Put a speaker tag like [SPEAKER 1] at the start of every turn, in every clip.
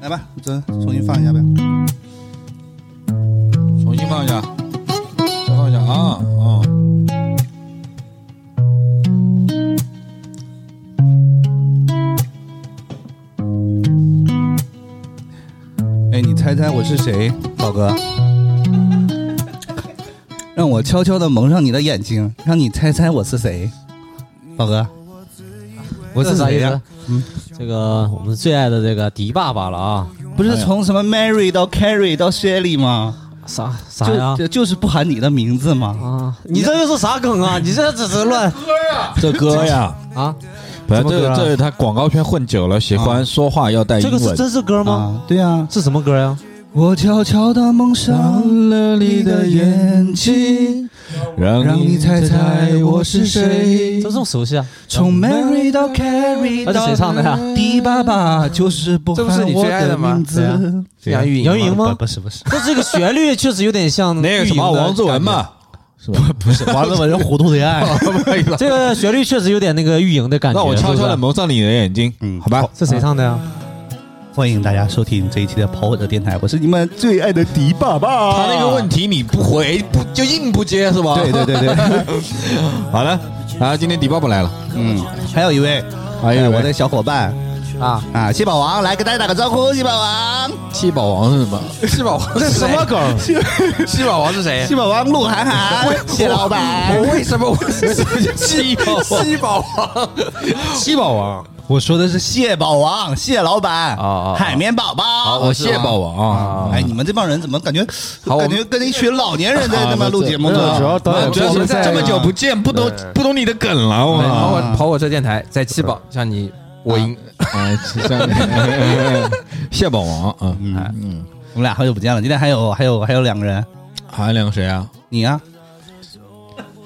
[SPEAKER 1] 来吧，咱重新放一下呗。
[SPEAKER 2] 重新放一下，再放一下啊啊！
[SPEAKER 1] 哎，你猜猜我是谁，宝哥？让我悄悄的蒙上你的眼睛，让你猜猜我是谁，宝哥。我
[SPEAKER 3] 这
[SPEAKER 1] 是
[SPEAKER 3] 啥
[SPEAKER 1] 谁
[SPEAKER 3] 意
[SPEAKER 1] 呀、
[SPEAKER 3] 思？
[SPEAKER 4] 嗯
[SPEAKER 3] 这个我们最爱的这个迪爸爸了啊，
[SPEAKER 1] 不
[SPEAKER 2] 哎
[SPEAKER 1] 是从什么 Mary 到 Carrie 到 Shelly 吗？
[SPEAKER 3] 啥啥呀
[SPEAKER 1] 就？就就是不喊你的名字吗？
[SPEAKER 3] 啊，你这又是啥梗 啊？你这只是乱
[SPEAKER 2] 这歌呀，
[SPEAKER 3] 啊？
[SPEAKER 2] 本来
[SPEAKER 3] 怎么歌
[SPEAKER 2] 这个
[SPEAKER 3] 啊
[SPEAKER 2] 这啊是他广告圈混久了，喜欢说话要
[SPEAKER 4] 哎
[SPEAKER 2] 带
[SPEAKER 3] 这
[SPEAKER 2] 英
[SPEAKER 3] 个是
[SPEAKER 2] 文。
[SPEAKER 3] 真是歌吗？
[SPEAKER 1] 啊，对呀、
[SPEAKER 3] 是什么歌呀？
[SPEAKER 1] 我悄悄地蒙上
[SPEAKER 2] 了
[SPEAKER 1] 你的眼睛，
[SPEAKER 2] 让
[SPEAKER 1] 让你猜猜我是谁
[SPEAKER 3] 这。么熟悉啊？
[SPEAKER 1] 从
[SPEAKER 4] 嗯
[SPEAKER 1] Mary 到 Carrie
[SPEAKER 3] 那
[SPEAKER 1] 到
[SPEAKER 3] 是谁唱的呀？
[SPEAKER 1] 迪爸爸就是不
[SPEAKER 4] 这不是
[SPEAKER 1] 喊
[SPEAKER 4] 你
[SPEAKER 1] 我
[SPEAKER 4] 最爱的吗
[SPEAKER 1] 名字
[SPEAKER 4] 谁呀。杨钰
[SPEAKER 3] 杨钰莹吗
[SPEAKER 1] 不？不是不是，
[SPEAKER 3] 这这个旋律确实有点像
[SPEAKER 2] 那个什么
[SPEAKER 3] 玉莹的
[SPEAKER 2] 王志文嘛， 是吧？
[SPEAKER 1] 不是，王志文《糊涂的爱》
[SPEAKER 2] 不好意思
[SPEAKER 3] 这个旋律确实有点那个玉莹的感觉。
[SPEAKER 2] 让我悄悄的蒙上你的眼睛，
[SPEAKER 1] 嗯
[SPEAKER 2] 好吧？
[SPEAKER 3] 是谁唱的呀？
[SPEAKER 1] 欢迎大家收听这一期的跑我的电台，我是你们最爱的迪爸爸。
[SPEAKER 2] 他那个问题你不回，不就硬不接是吧？
[SPEAKER 1] 对对 对对，
[SPEAKER 2] 好了，啊，今天迪爸爸来了，
[SPEAKER 1] 嗯，还有一位，哎
[SPEAKER 2] 还有一位
[SPEAKER 1] 我的小伙伴
[SPEAKER 3] 啊，
[SPEAKER 1] 啊，蟹堡王来给大家打个招呼，蟹堡王，
[SPEAKER 2] 七宝王是什 么？
[SPEAKER 4] 七宝王是谁？
[SPEAKER 1] 梗？
[SPEAKER 4] 七宝王是谁？
[SPEAKER 1] 蟹堡王鹿晗晗，蟹老板，
[SPEAKER 4] 我为什么我是 七宝七宝王？七宝王
[SPEAKER 1] 我说的是蟹堡王，蟹老板，
[SPEAKER 4] 哦哦
[SPEAKER 1] 海绵宝宝，
[SPEAKER 2] 我蟹哦宝王啊！
[SPEAKER 1] 哎，你们这帮人怎么感觉
[SPEAKER 2] 好我
[SPEAKER 1] 感
[SPEAKER 2] 们
[SPEAKER 1] 觉跟一群老年人在他妈录节目
[SPEAKER 5] 没有
[SPEAKER 1] 呢？
[SPEAKER 5] 主要导演
[SPEAKER 2] 主要
[SPEAKER 5] 我
[SPEAKER 2] 是
[SPEAKER 5] 们在
[SPEAKER 2] 这么久不见，不懂不懂你的梗了
[SPEAKER 4] 跑
[SPEAKER 2] 哇！
[SPEAKER 3] 啊
[SPEAKER 4] 我跑我这电台，在七宝向你我赢。
[SPEAKER 2] 哎，是这样的蟹宝王啊，
[SPEAKER 1] 嗯
[SPEAKER 2] 嗯，
[SPEAKER 1] 我们俩好久不见了，今天还有还有还有两个人，
[SPEAKER 2] 还有两个谁啊？
[SPEAKER 1] 你啊？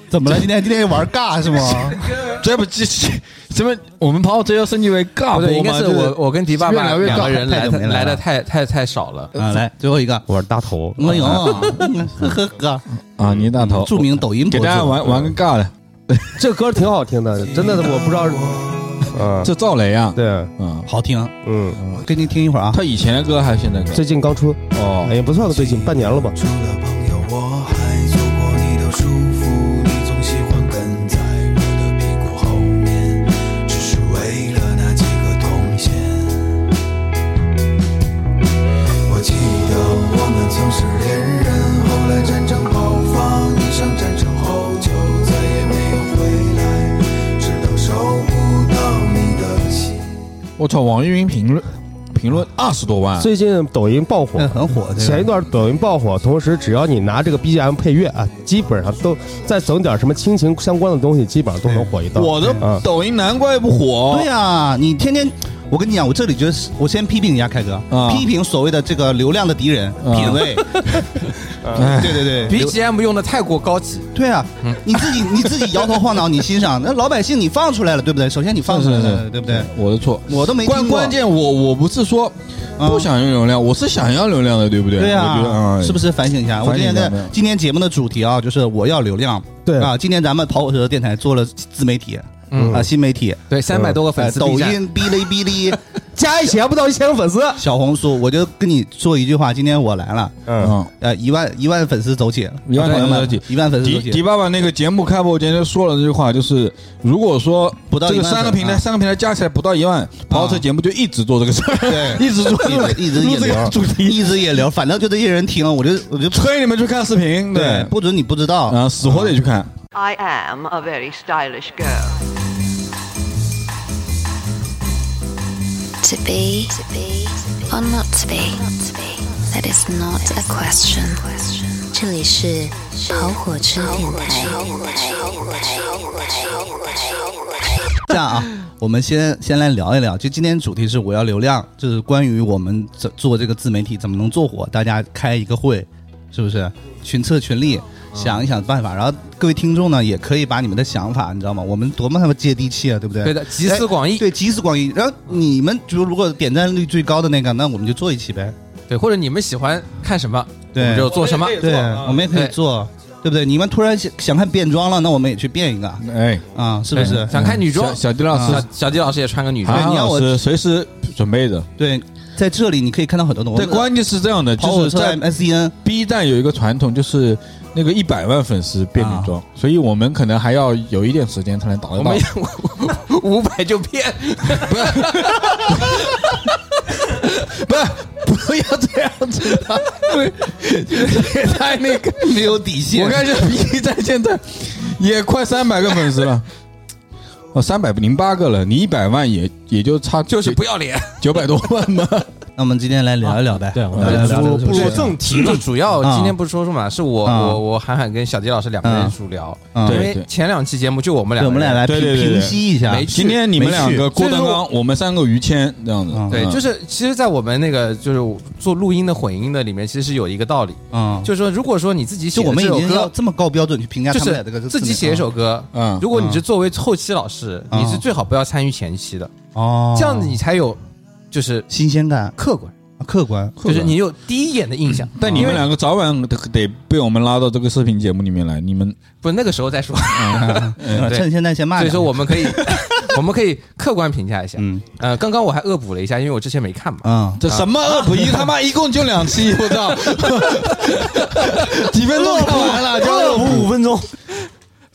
[SPEAKER 1] 怎么了？今天今天玩尬是吗？
[SPEAKER 2] 这不这这这不我们跑我这要升级为尬
[SPEAKER 4] 不对，
[SPEAKER 2] 播
[SPEAKER 4] 应该
[SPEAKER 2] 吗？
[SPEAKER 4] 是
[SPEAKER 2] 就
[SPEAKER 4] 我我跟迪爸
[SPEAKER 2] 越
[SPEAKER 4] 爸
[SPEAKER 2] 聊越
[SPEAKER 4] 两
[SPEAKER 2] 搞
[SPEAKER 4] 个人来
[SPEAKER 1] 太久
[SPEAKER 4] 的
[SPEAKER 1] 没来了
[SPEAKER 4] 来的太太太少了。
[SPEAKER 1] 啊，来最后一个，
[SPEAKER 5] 我是大头，
[SPEAKER 1] 哎呦，呵呵呵，
[SPEAKER 2] 啊，你大头
[SPEAKER 1] 著名抖音
[SPEAKER 2] 给
[SPEAKER 1] 博
[SPEAKER 2] 大家
[SPEAKER 1] 主，
[SPEAKER 2] 玩玩个尬的，
[SPEAKER 5] 这歌挺好听的，真的，我不知道，嗯，
[SPEAKER 2] 这赵雷啊，
[SPEAKER 5] 对，
[SPEAKER 2] 嗯，
[SPEAKER 1] 好听，
[SPEAKER 5] 嗯，
[SPEAKER 1] 给你听一会儿啊。
[SPEAKER 2] 他以前的歌还是现在歌？
[SPEAKER 5] 最近刚出，
[SPEAKER 2] 哦
[SPEAKER 5] 哎，，也不算最近，半年了吧，
[SPEAKER 6] 除了朋友，我还做过你的束缚，你总喜欢跟在我的屁股后面，只是为了那几个铜钱。我记得我们曾是恋人，后来战争爆发，你上战场后就再也没有回来，直到收不到你的信。
[SPEAKER 2] 我操，网易云评论评论二十多万，
[SPEAKER 5] 最近抖音爆火
[SPEAKER 1] 这。
[SPEAKER 2] 嗯
[SPEAKER 1] 很火，这
[SPEAKER 5] 前一
[SPEAKER 1] 个
[SPEAKER 5] 段抖音爆火，同时只要你拿这个 BGM 配乐啊，基本上都再整点什么亲情相关的东西，基本上都能火一道。
[SPEAKER 2] 我的
[SPEAKER 5] 嗯
[SPEAKER 2] 抖音难怪不火。
[SPEAKER 1] 对呀，你天天，我跟你讲，我这里觉得是，我先批评一下凯哥
[SPEAKER 2] 啊，
[SPEAKER 1] 批评所谓的这个流量的敌人
[SPEAKER 2] 啊
[SPEAKER 1] 品 味， 对对对，
[SPEAKER 4] BGM 用的太过高级，
[SPEAKER 1] 对啊，
[SPEAKER 2] 嗯
[SPEAKER 1] 你自己你自己摇头晃脑，你欣 赏那老百姓你放出来了，对不对？首先你放出来
[SPEAKER 2] 是是
[SPEAKER 1] 了，
[SPEAKER 2] 是
[SPEAKER 1] 对不对？
[SPEAKER 2] 我的错。
[SPEAKER 1] 我都没
[SPEAKER 2] 关
[SPEAKER 1] 听过
[SPEAKER 2] 关键我我不是说不想要流量，我是想要流量的，对不对？
[SPEAKER 1] 对
[SPEAKER 2] 我觉得
[SPEAKER 1] 啊，
[SPEAKER 2] 嗯
[SPEAKER 1] 是不是反省一下？我
[SPEAKER 2] 反
[SPEAKER 1] 今
[SPEAKER 2] 省一
[SPEAKER 1] 天
[SPEAKER 2] 下
[SPEAKER 1] 的
[SPEAKER 2] 没有
[SPEAKER 1] 今天节目的主题啊，就是我要流量。
[SPEAKER 5] 对
[SPEAKER 1] 啊，今天咱们跑火车的电台做了自媒体，
[SPEAKER 4] 嗯
[SPEAKER 1] 啊，新媒体，
[SPEAKER 4] 对，三百多个粉
[SPEAKER 1] 呃
[SPEAKER 4] 丝，
[SPEAKER 1] 抖，音、哔哩哔哩、
[SPEAKER 5] 加一起还不到一千个粉丝，
[SPEAKER 1] 小红书，我就跟你说一句话，今天我来了，
[SPEAKER 5] 嗯，
[SPEAKER 2] 嗯。
[SPEAKER 1] 呃，一万一万粉丝走起，啊
[SPEAKER 2] 一万
[SPEAKER 1] 朋友
[SPEAKER 2] 粉丝
[SPEAKER 1] 们
[SPEAKER 2] 走起，
[SPEAKER 1] 一万粉丝
[SPEAKER 2] 迪
[SPEAKER 1] 走
[SPEAKER 2] 迪
[SPEAKER 1] 起，
[SPEAKER 2] 爸爸那个节目开播前就说了这句话，就是如果说
[SPEAKER 1] 不到
[SPEAKER 2] 这个
[SPEAKER 1] 一万
[SPEAKER 2] 三个啊
[SPEAKER 1] 粉
[SPEAKER 2] 平台，
[SPEAKER 1] 啊
[SPEAKER 2] 三个平台加起来不到一万，跑车节目就一直做这个事儿，
[SPEAKER 1] 对
[SPEAKER 2] 一直做，
[SPEAKER 1] 一直一
[SPEAKER 2] 录
[SPEAKER 1] 直也
[SPEAKER 2] 这个
[SPEAKER 1] 流
[SPEAKER 2] 主，题，
[SPEAKER 1] 一直也流，反正就这些人听，我就我就
[SPEAKER 2] 催你们去看视频，对，
[SPEAKER 1] 不准你不知道
[SPEAKER 2] 啊，死活得去看。
[SPEAKER 7] I am a very stylish girl.
[SPEAKER 8] To be or not to be, that is not a question. 这里是跑火车电台。
[SPEAKER 1] 这样啊，我们先先来聊一聊，就今天主题是我要流量，就是关于我们怎做这个自媒体怎么能做火，大家开一个会，是不是？群策群
[SPEAKER 2] 啊
[SPEAKER 1] 力，想一想办法。然后各位听众呢，也可以把你们的想法，你知道吗？我们多么他妈接地气啊，对不对？
[SPEAKER 4] 对的，集思
[SPEAKER 2] 哎
[SPEAKER 4] 广益，
[SPEAKER 1] 对，集思广益。然后你们就如果点赞率最高的那个，那我们就做一期呗。
[SPEAKER 4] 对，或者你们喜欢看什么，我
[SPEAKER 1] 对
[SPEAKER 4] 们就做什
[SPEAKER 3] 哦
[SPEAKER 4] 么，
[SPEAKER 1] 对，我们也可以
[SPEAKER 4] 对
[SPEAKER 1] 做，对不对？你们突然想想看变装了，那我们也去变一个
[SPEAKER 2] 哎，
[SPEAKER 1] 啊，是啊不是
[SPEAKER 4] 对？想看女装
[SPEAKER 2] 小小迪老师
[SPEAKER 4] 小小迪老师也穿个女
[SPEAKER 2] 韩
[SPEAKER 4] 装，
[SPEAKER 1] 哎
[SPEAKER 2] 寒
[SPEAKER 1] 你让
[SPEAKER 2] 老
[SPEAKER 1] 我
[SPEAKER 2] 师随时准备着，
[SPEAKER 1] 对，在这里你可以看到很多东西。
[SPEAKER 2] 对，关键是这样的，
[SPEAKER 1] 跑
[SPEAKER 2] 就
[SPEAKER 1] 火
[SPEAKER 2] 是
[SPEAKER 1] 车 E
[SPEAKER 2] 在
[SPEAKER 1] MSN，
[SPEAKER 2] B 站有一个传统，就是那个一百万粉丝变女装，所以我们可能还要有一点时间才能达
[SPEAKER 4] 啊我
[SPEAKER 2] 到
[SPEAKER 4] 们。五百就变，
[SPEAKER 2] 不是，不要这样子啊，也太那个。
[SPEAKER 1] 没有底线。
[SPEAKER 2] 我看这 B 站现在也快三百个粉丝了，哦，三百零八个了，你一百万也也就差
[SPEAKER 4] 就是不要脸。
[SPEAKER 2] 九百多万嘛。
[SPEAKER 1] 那我们今天来聊一聊呗。
[SPEAKER 3] 对我们
[SPEAKER 1] 来聊
[SPEAKER 3] 来聊
[SPEAKER 1] 聊
[SPEAKER 3] 聊
[SPEAKER 1] 这个
[SPEAKER 5] 入
[SPEAKER 1] 事情
[SPEAKER 5] 正题
[SPEAKER 4] 就主要
[SPEAKER 1] 嗯
[SPEAKER 4] 今天不是说说嘛，是我
[SPEAKER 1] 嗯
[SPEAKER 4] 我我韩寒跟小迪老师两个人主聊，
[SPEAKER 1] 嗯
[SPEAKER 4] 因
[SPEAKER 1] 对
[SPEAKER 4] 为
[SPEAKER 2] 啊对
[SPEAKER 4] 前两期节目就我们两
[SPEAKER 1] 对，
[SPEAKER 4] 个
[SPEAKER 1] 我们俩
[SPEAKER 4] 人
[SPEAKER 1] 来平
[SPEAKER 2] 对对对对
[SPEAKER 1] 平息一下
[SPEAKER 4] 没。
[SPEAKER 2] 今天你们两个
[SPEAKER 4] 没趣
[SPEAKER 2] 郭德
[SPEAKER 4] 所以
[SPEAKER 2] 纲，我们三个于谦这样子
[SPEAKER 1] 嗯。
[SPEAKER 4] 对，就是是其实，在我们那个就是做录音的混音的里面，其实是有一个道理，
[SPEAKER 1] 嗯，
[SPEAKER 4] 就是说，如果说你自己
[SPEAKER 1] 就
[SPEAKER 4] 写
[SPEAKER 1] 我
[SPEAKER 4] 的
[SPEAKER 1] 们
[SPEAKER 4] 这
[SPEAKER 1] 已
[SPEAKER 4] 首
[SPEAKER 1] 经要
[SPEAKER 4] 歌，
[SPEAKER 1] 这么高标准去评价
[SPEAKER 4] 就
[SPEAKER 1] 他们俩这
[SPEAKER 4] 是
[SPEAKER 1] 个啊
[SPEAKER 4] 自己写一首歌，
[SPEAKER 2] 嗯
[SPEAKER 4] 如果你是作为后期老师，
[SPEAKER 1] 嗯
[SPEAKER 4] 你是最好不要参与前期的，
[SPEAKER 1] 哦，
[SPEAKER 4] 这样子你才有就是
[SPEAKER 1] 新鲜感、
[SPEAKER 4] 客观，
[SPEAKER 1] 客观。
[SPEAKER 4] 就是你有第一眼的印象。
[SPEAKER 2] 但你们两个早晚得得被我们拉到这个视频节目里面来。你们
[SPEAKER 4] 不那个时候 再说，
[SPEAKER 1] 嗯
[SPEAKER 4] 对
[SPEAKER 1] 趁现在先骂
[SPEAKER 4] 所
[SPEAKER 1] 两句。
[SPEAKER 4] 以说我们可以 我们可以客观评价一下。
[SPEAKER 1] 嗯
[SPEAKER 4] 呃，刚刚我还恶补了一下，因为我之前没看嘛。
[SPEAKER 1] 嗯，
[SPEAKER 2] 这什么恶补一他妈一共就两期，我操！几分钟看 完了就恶补。
[SPEAKER 5] 五分钟，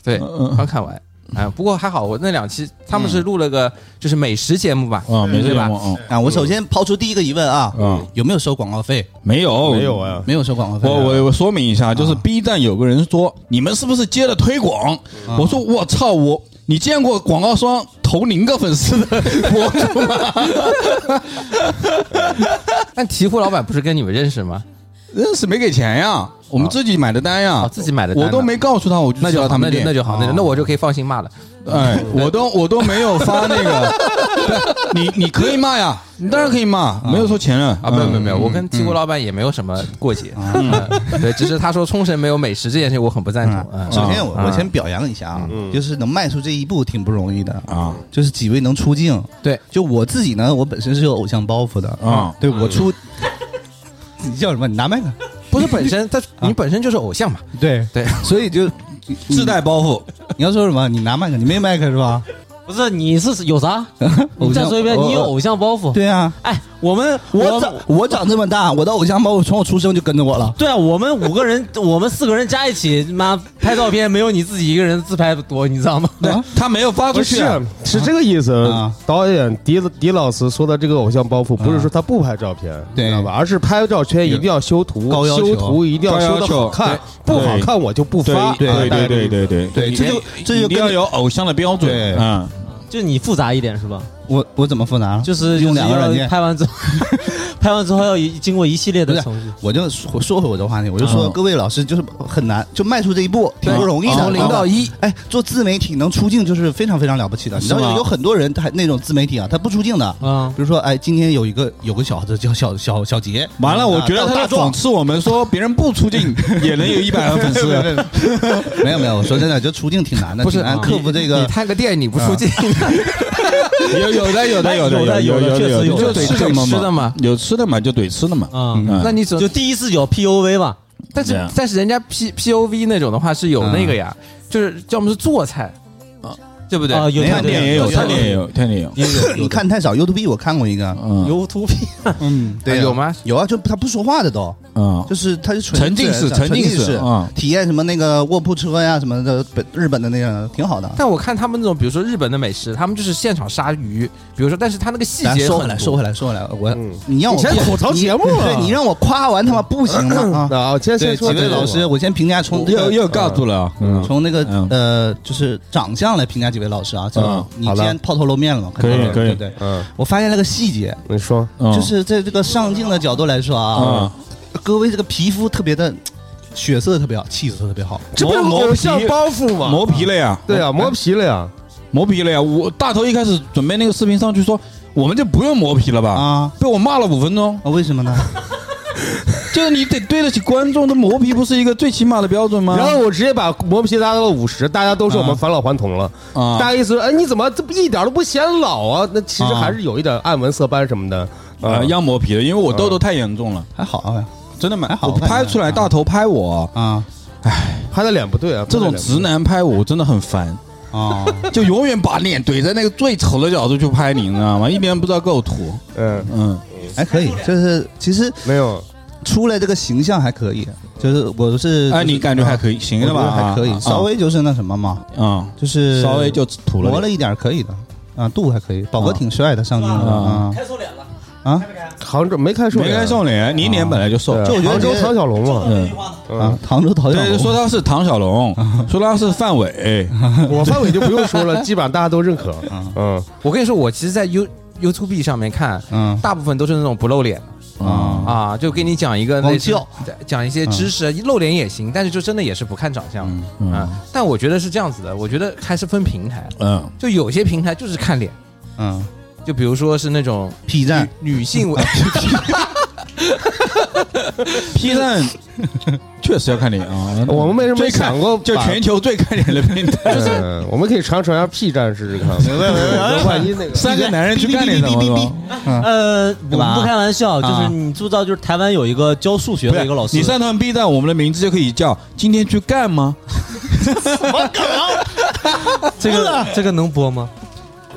[SPEAKER 4] 对
[SPEAKER 2] 嗯嗯，
[SPEAKER 4] 刚看完。啊、不过还好，我那两期他们是录了个就是美食节目吧？
[SPEAKER 2] 啊，没事
[SPEAKER 4] 对吧
[SPEAKER 2] 吧？嗯，
[SPEAKER 1] 啊，我首先抛出第一个疑问啊
[SPEAKER 2] 嗯，
[SPEAKER 1] 有没有收广告费？
[SPEAKER 2] 没有，
[SPEAKER 5] 没有。啊，
[SPEAKER 1] 没有收广告费
[SPEAKER 2] 我
[SPEAKER 1] 啊。
[SPEAKER 2] 我我说明一下，就是
[SPEAKER 4] 啊
[SPEAKER 2] B 站有个人说你们是不是接了推广？
[SPEAKER 4] 啊
[SPEAKER 2] 我说我操我。你见过广告商投零个粉丝的 博主吗？
[SPEAKER 4] 但鹈鹕老板不是跟你们认识吗？
[SPEAKER 2] 认识没给钱呀，我们自己买的单呀，
[SPEAKER 4] 哦自己买的单
[SPEAKER 2] 我都
[SPEAKER 4] 呢
[SPEAKER 2] 没告诉他，我就
[SPEAKER 4] 那
[SPEAKER 2] 知
[SPEAKER 4] 就
[SPEAKER 2] 道
[SPEAKER 4] 好，
[SPEAKER 2] 他
[SPEAKER 4] 那
[SPEAKER 2] 们
[SPEAKER 4] 就
[SPEAKER 2] 店
[SPEAKER 4] 那就好，那就那我就可以放心骂了。
[SPEAKER 2] 哎，我都我都没有发那个， 对你你可以骂呀，你当然可以骂，没有收钱了嗯
[SPEAKER 4] 啊，没有没有没有，我跟鹈鹕老板也没有什么过节，嗯 对，只是他说冲绳没有美食这件事情，我很不赞同。嗯
[SPEAKER 1] 首先我
[SPEAKER 4] 啊
[SPEAKER 1] 我先表扬一下啊，就是能迈出这一步挺不容易的，
[SPEAKER 2] 啊
[SPEAKER 1] 就是几位能出镜。
[SPEAKER 4] 对，
[SPEAKER 1] 就我自己呢，我本身是有偶像包袱的
[SPEAKER 2] 啊
[SPEAKER 1] 对我出，你叫什么？你拿麦克。
[SPEAKER 4] 不是本身，他你本身就是偶像嘛，
[SPEAKER 1] 对
[SPEAKER 4] 对，
[SPEAKER 1] 所以就
[SPEAKER 2] 啊自带包袱，
[SPEAKER 1] 你要说什么？你拿麦克，你没麦克是吧？
[SPEAKER 3] 不是你是有啥？
[SPEAKER 1] 偶
[SPEAKER 3] 你再
[SPEAKER 1] 像
[SPEAKER 3] 说一遍，
[SPEAKER 1] 我
[SPEAKER 3] 你有偶像包袱？
[SPEAKER 1] 对啊，
[SPEAKER 3] 哎，我们
[SPEAKER 1] 我
[SPEAKER 3] 们
[SPEAKER 1] 长我长这么大，我的偶像包袱从我出生就跟着我了。
[SPEAKER 3] 对啊，我们五个人， 我们四个人加一起，妈拍照片没有你自己一个人自拍多，你知道吗？
[SPEAKER 2] 对他没有发
[SPEAKER 5] 不
[SPEAKER 2] 出
[SPEAKER 5] 是
[SPEAKER 2] 去啊，嗯
[SPEAKER 5] 是这个意思
[SPEAKER 1] 啊。
[SPEAKER 5] 导演狄狄老师说的这个偶像包袱，不是说他不拍照片，
[SPEAKER 1] 对
[SPEAKER 5] 知道吧？而是拍照片一定要修图，
[SPEAKER 1] 高要求
[SPEAKER 5] 修图一定要修的好
[SPEAKER 2] 高要
[SPEAKER 5] 看
[SPEAKER 2] 求，对
[SPEAKER 5] 不好看我就不发。
[SPEAKER 2] 对
[SPEAKER 5] 啊
[SPEAKER 2] 对对对，对对
[SPEAKER 1] 对，这就这就
[SPEAKER 2] 一定要
[SPEAKER 1] 跟
[SPEAKER 2] 有偶像的标准
[SPEAKER 1] 对，
[SPEAKER 2] 嗯，
[SPEAKER 3] 就你复杂一点是吧？
[SPEAKER 1] 我我怎么复杂了？
[SPEAKER 3] 就是
[SPEAKER 1] 用两个软
[SPEAKER 3] 就是要
[SPEAKER 1] 件。
[SPEAKER 3] 拍完之后， 拍完之后要一经过一系列
[SPEAKER 1] 不
[SPEAKER 3] 的
[SPEAKER 1] 是
[SPEAKER 3] 程序。
[SPEAKER 1] 我就说说回我的话题，我就说
[SPEAKER 2] 嗯
[SPEAKER 1] 各位老师就是很难，就迈出这一步挺不容易的。
[SPEAKER 4] 从零到
[SPEAKER 1] 一，
[SPEAKER 4] 一，
[SPEAKER 1] 哎，做自媒体能出镜就是非常非常了不起的。你知道
[SPEAKER 2] 是吗
[SPEAKER 1] 有有很多人他那种自媒体啊，他不出镜的。
[SPEAKER 3] 啊，
[SPEAKER 1] 比如说，哎，今天有一个有个小子叫小小小杰，
[SPEAKER 2] 完了，我
[SPEAKER 1] 啊
[SPEAKER 2] 觉得
[SPEAKER 1] 到
[SPEAKER 2] 他在
[SPEAKER 1] 大壮
[SPEAKER 2] 讽刺我们，说别人不出镜也能有一百万粉丝，
[SPEAKER 1] 没有没有，我说真的，就出镜挺难的，
[SPEAKER 4] 不是
[SPEAKER 1] 挺难克服这
[SPEAKER 4] 你
[SPEAKER 1] 个。
[SPEAKER 4] 探个店你不出镜，
[SPEAKER 2] 有有的有的有的
[SPEAKER 3] 有的
[SPEAKER 2] 有
[SPEAKER 3] 有的确实
[SPEAKER 2] 有
[SPEAKER 3] 有
[SPEAKER 2] 就
[SPEAKER 3] 的
[SPEAKER 2] 吃的嘛
[SPEAKER 4] 吃的嘛
[SPEAKER 2] 有吃的嘛就怼吃的嘛，
[SPEAKER 3] 嗯
[SPEAKER 2] 嗯
[SPEAKER 4] 那你总
[SPEAKER 3] 就第一次有 PUV 嘛，
[SPEAKER 4] 但
[SPEAKER 2] 这
[SPEAKER 4] 是
[SPEAKER 2] 样
[SPEAKER 4] 但是人家 P P O V 那种的话是有那个呀，就是要么是做菜，
[SPEAKER 1] 嗯
[SPEAKER 2] 啊
[SPEAKER 4] 对不对？
[SPEAKER 1] 哦
[SPEAKER 3] 啊，有
[SPEAKER 2] 探店也有，
[SPEAKER 1] 有
[SPEAKER 2] 探店也有，探店也有，
[SPEAKER 3] 也有
[SPEAKER 1] 你看太少，YouTube 我看过一个，
[SPEAKER 2] 嗯
[SPEAKER 3] 有图片，
[SPEAKER 1] 嗯，对啊、
[SPEAKER 4] 有吗
[SPEAKER 1] 有啊，就他不说话的都，
[SPEAKER 2] 嗯，
[SPEAKER 1] 就是他是纯
[SPEAKER 2] 沉浸
[SPEAKER 1] 自
[SPEAKER 2] 式
[SPEAKER 1] 然
[SPEAKER 2] 沉浸式
[SPEAKER 1] 式
[SPEAKER 2] 啊
[SPEAKER 1] 体验什么那个卧铺车呀什么的，本日本的那个挺好的。
[SPEAKER 4] 但我看他们那种，比如说日本的美食，他们就是现场杀鱼，比如说，但是他那个细
[SPEAKER 1] 咱
[SPEAKER 4] 节
[SPEAKER 1] 收
[SPEAKER 4] 很
[SPEAKER 1] 回来，
[SPEAKER 4] 多
[SPEAKER 1] 收回来，收回来。我，你让我
[SPEAKER 5] 你先
[SPEAKER 1] 夸
[SPEAKER 5] 吐槽
[SPEAKER 1] 你
[SPEAKER 5] 节目啊
[SPEAKER 1] 对你让我夸完他妈不行吗？ 啊，
[SPEAKER 5] 啊，我今天
[SPEAKER 1] 对，
[SPEAKER 5] 先
[SPEAKER 1] 几
[SPEAKER 5] 说
[SPEAKER 1] 位老师，，我先评价从这
[SPEAKER 2] 又
[SPEAKER 1] 个
[SPEAKER 2] 又尬住了啊，嗯，
[SPEAKER 1] 从那个
[SPEAKER 2] 嗯
[SPEAKER 1] 呃，就是长相来评价几位老师啊。这个
[SPEAKER 2] 嗯
[SPEAKER 1] 你
[SPEAKER 5] 好
[SPEAKER 1] 今
[SPEAKER 5] 的
[SPEAKER 1] 天抛头露面了嘛？
[SPEAKER 2] 可以
[SPEAKER 1] 看到了
[SPEAKER 2] 可以
[SPEAKER 1] 对不对。
[SPEAKER 5] 嗯，
[SPEAKER 1] 我发现了个细节，
[SPEAKER 5] 你说
[SPEAKER 2] 嗯
[SPEAKER 1] 就是在这个上镜的角度来说啊，各位这个皮肤特别的血色特别好，气色特别好。
[SPEAKER 5] 这不是
[SPEAKER 2] 磨
[SPEAKER 5] 偶像包袱吗？
[SPEAKER 2] 磨皮了呀，
[SPEAKER 5] 对啊，磨皮了呀，
[SPEAKER 2] 磨皮了呀！我大头一开始准备那个视频上去说，我们就不用磨皮了吧？
[SPEAKER 1] 啊
[SPEAKER 2] 被我骂了五分钟，
[SPEAKER 1] 啊，为什么呢？
[SPEAKER 2] 就是你得对得起观众，这磨皮不是一个最起码的标准吗？
[SPEAKER 5] 然后我直接把磨皮拉到了五十，大家都说我
[SPEAKER 1] 啊
[SPEAKER 5] 们返老还童了。
[SPEAKER 2] 啊
[SPEAKER 5] 大家意思说，哎，你怎么这不一点都不显老啊？那其实还是有一点暗纹色斑什么的
[SPEAKER 2] 啊，要磨皮了，因为我痘痘太严重了，
[SPEAKER 1] 还好啊
[SPEAKER 2] 真的蛮
[SPEAKER 1] 还好
[SPEAKER 2] 我拍出来
[SPEAKER 1] 还好
[SPEAKER 2] 大头拍我
[SPEAKER 1] 啊
[SPEAKER 5] 拍的脸不对啊。
[SPEAKER 2] 这种
[SPEAKER 5] 拍的脸不对
[SPEAKER 2] 直男拍我，我真的很烦，
[SPEAKER 1] 啊！
[SPEAKER 2] 就 永远把脸怼在那个最丑的角度去拍你，你知道吗？一点不知道构图，
[SPEAKER 5] 嗯，
[SPEAKER 2] 嗯，
[SPEAKER 1] 还可以，就是其实
[SPEAKER 5] 没有，
[SPEAKER 1] 出来这个形象还可以，就是我是
[SPEAKER 2] 哎，你感觉还
[SPEAKER 1] 以，
[SPEAKER 2] 可以，行
[SPEAKER 1] 我
[SPEAKER 2] 的
[SPEAKER 1] 觉得
[SPEAKER 2] 吧？
[SPEAKER 1] 还可以，
[SPEAKER 2] 啊
[SPEAKER 1] 稍微就是那什么嘛，
[SPEAKER 2] 啊，
[SPEAKER 1] 就是
[SPEAKER 2] 稍微就土了
[SPEAKER 1] 磨
[SPEAKER 2] 点。
[SPEAKER 1] 了一点，可以的啊，度还可以。宝哥挺帅的，上镜的啊，
[SPEAKER 3] 开错脸了，
[SPEAKER 1] 啊
[SPEAKER 5] 杭州没开瘦，
[SPEAKER 2] 没开笑脸，你脸本来就瘦，
[SPEAKER 5] 对，
[SPEAKER 1] 就我觉得
[SPEAKER 5] 杭州
[SPEAKER 1] 这
[SPEAKER 5] 唐小龙嘛，
[SPEAKER 2] 嗯，
[SPEAKER 1] 啊！唐州陶小
[SPEAKER 2] 对，说
[SPEAKER 1] 龙，
[SPEAKER 2] 他是唐小 龙，说他是范伟，
[SPEAKER 5] 我范伟就不用说了，基本上大家都认可。嗯，
[SPEAKER 4] 我跟你说，我其实，在 You YouTube 上面看，
[SPEAKER 1] 嗯
[SPEAKER 4] 大部分都是那种不露脸
[SPEAKER 1] 啊，
[SPEAKER 4] 啊，就给你讲一个
[SPEAKER 1] 光
[SPEAKER 4] 类似
[SPEAKER 1] 叫
[SPEAKER 4] 讲一些知识，露脸也行，但是就真的也是不看长相啊。但我觉得是这样子的，我觉得还是分平台，
[SPEAKER 2] 嗯，
[SPEAKER 4] 就有些平台就是看脸，
[SPEAKER 1] 嗯
[SPEAKER 4] 就比如说是那种
[SPEAKER 1] ，P 站
[SPEAKER 4] 女女性为
[SPEAKER 2] P 站确实要看脸啊。
[SPEAKER 5] 我们为什么
[SPEAKER 2] 最
[SPEAKER 5] 没
[SPEAKER 2] 看
[SPEAKER 5] 想过
[SPEAKER 2] 就
[SPEAKER 5] 把
[SPEAKER 2] 全球最看脸的平台，
[SPEAKER 5] 嗯，我们可以尝尝一下 P 站试试看。没问
[SPEAKER 1] 哎
[SPEAKER 5] 题，万一那个
[SPEAKER 2] 三个男人去干点什么是 吧？
[SPEAKER 3] 呃，我
[SPEAKER 1] 吧
[SPEAKER 3] 们不开玩笑，就
[SPEAKER 1] 啊
[SPEAKER 3] 是你知不知道，就是台湾有一个教数学
[SPEAKER 2] 不
[SPEAKER 3] 的
[SPEAKER 2] 是
[SPEAKER 3] 一个老师，
[SPEAKER 2] 你上趟 B 站，我们的名字就可以叫“今天去干吗
[SPEAKER 3] 这个这个能播吗？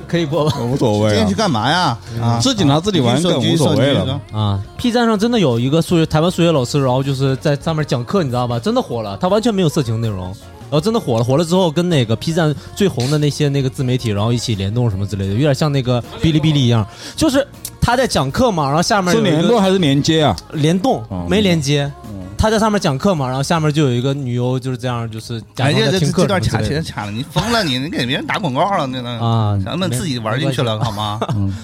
[SPEAKER 3] 可以播吧？”？
[SPEAKER 2] 无所
[SPEAKER 1] 今
[SPEAKER 2] 谓
[SPEAKER 1] 天
[SPEAKER 2] 啊
[SPEAKER 1] 去，干嘛呀？啊，
[SPEAKER 2] 自己拿自己玩梗无所谓了。
[SPEAKER 3] 啊，P 站上真的有一个数学台湾数学老师，然后就是在上面讲课，你知道吧？真的火了，他完全没有色情内容，然后真的火了，火了之后跟那个 P 站最红的那些那个自媒体，然后一起联动什么之类的，有啊点像那个哔哩哔哩一样，就是他在讲课嘛，然后下面
[SPEAKER 2] 是
[SPEAKER 3] 有一个
[SPEAKER 2] 联络还是连接啊？
[SPEAKER 3] 联动
[SPEAKER 2] 哦
[SPEAKER 3] 没连接。他在上面讲课嘛，然后下面就有一个女优，就是这样，就是假
[SPEAKER 1] 哎
[SPEAKER 3] 装
[SPEAKER 1] 呀，
[SPEAKER 3] 在
[SPEAKER 1] 这
[SPEAKER 3] 听课
[SPEAKER 1] 这段
[SPEAKER 3] 什
[SPEAKER 1] 卡
[SPEAKER 3] 么之类
[SPEAKER 1] 切
[SPEAKER 3] 的。
[SPEAKER 1] 卡了，你疯了你！你给别人打广告了，那那
[SPEAKER 3] 啊
[SPEAKER 1] 咱们自己玩进去了
[SPEAKER 2] 啊
[SPEAKER 1] 嗯好 吗？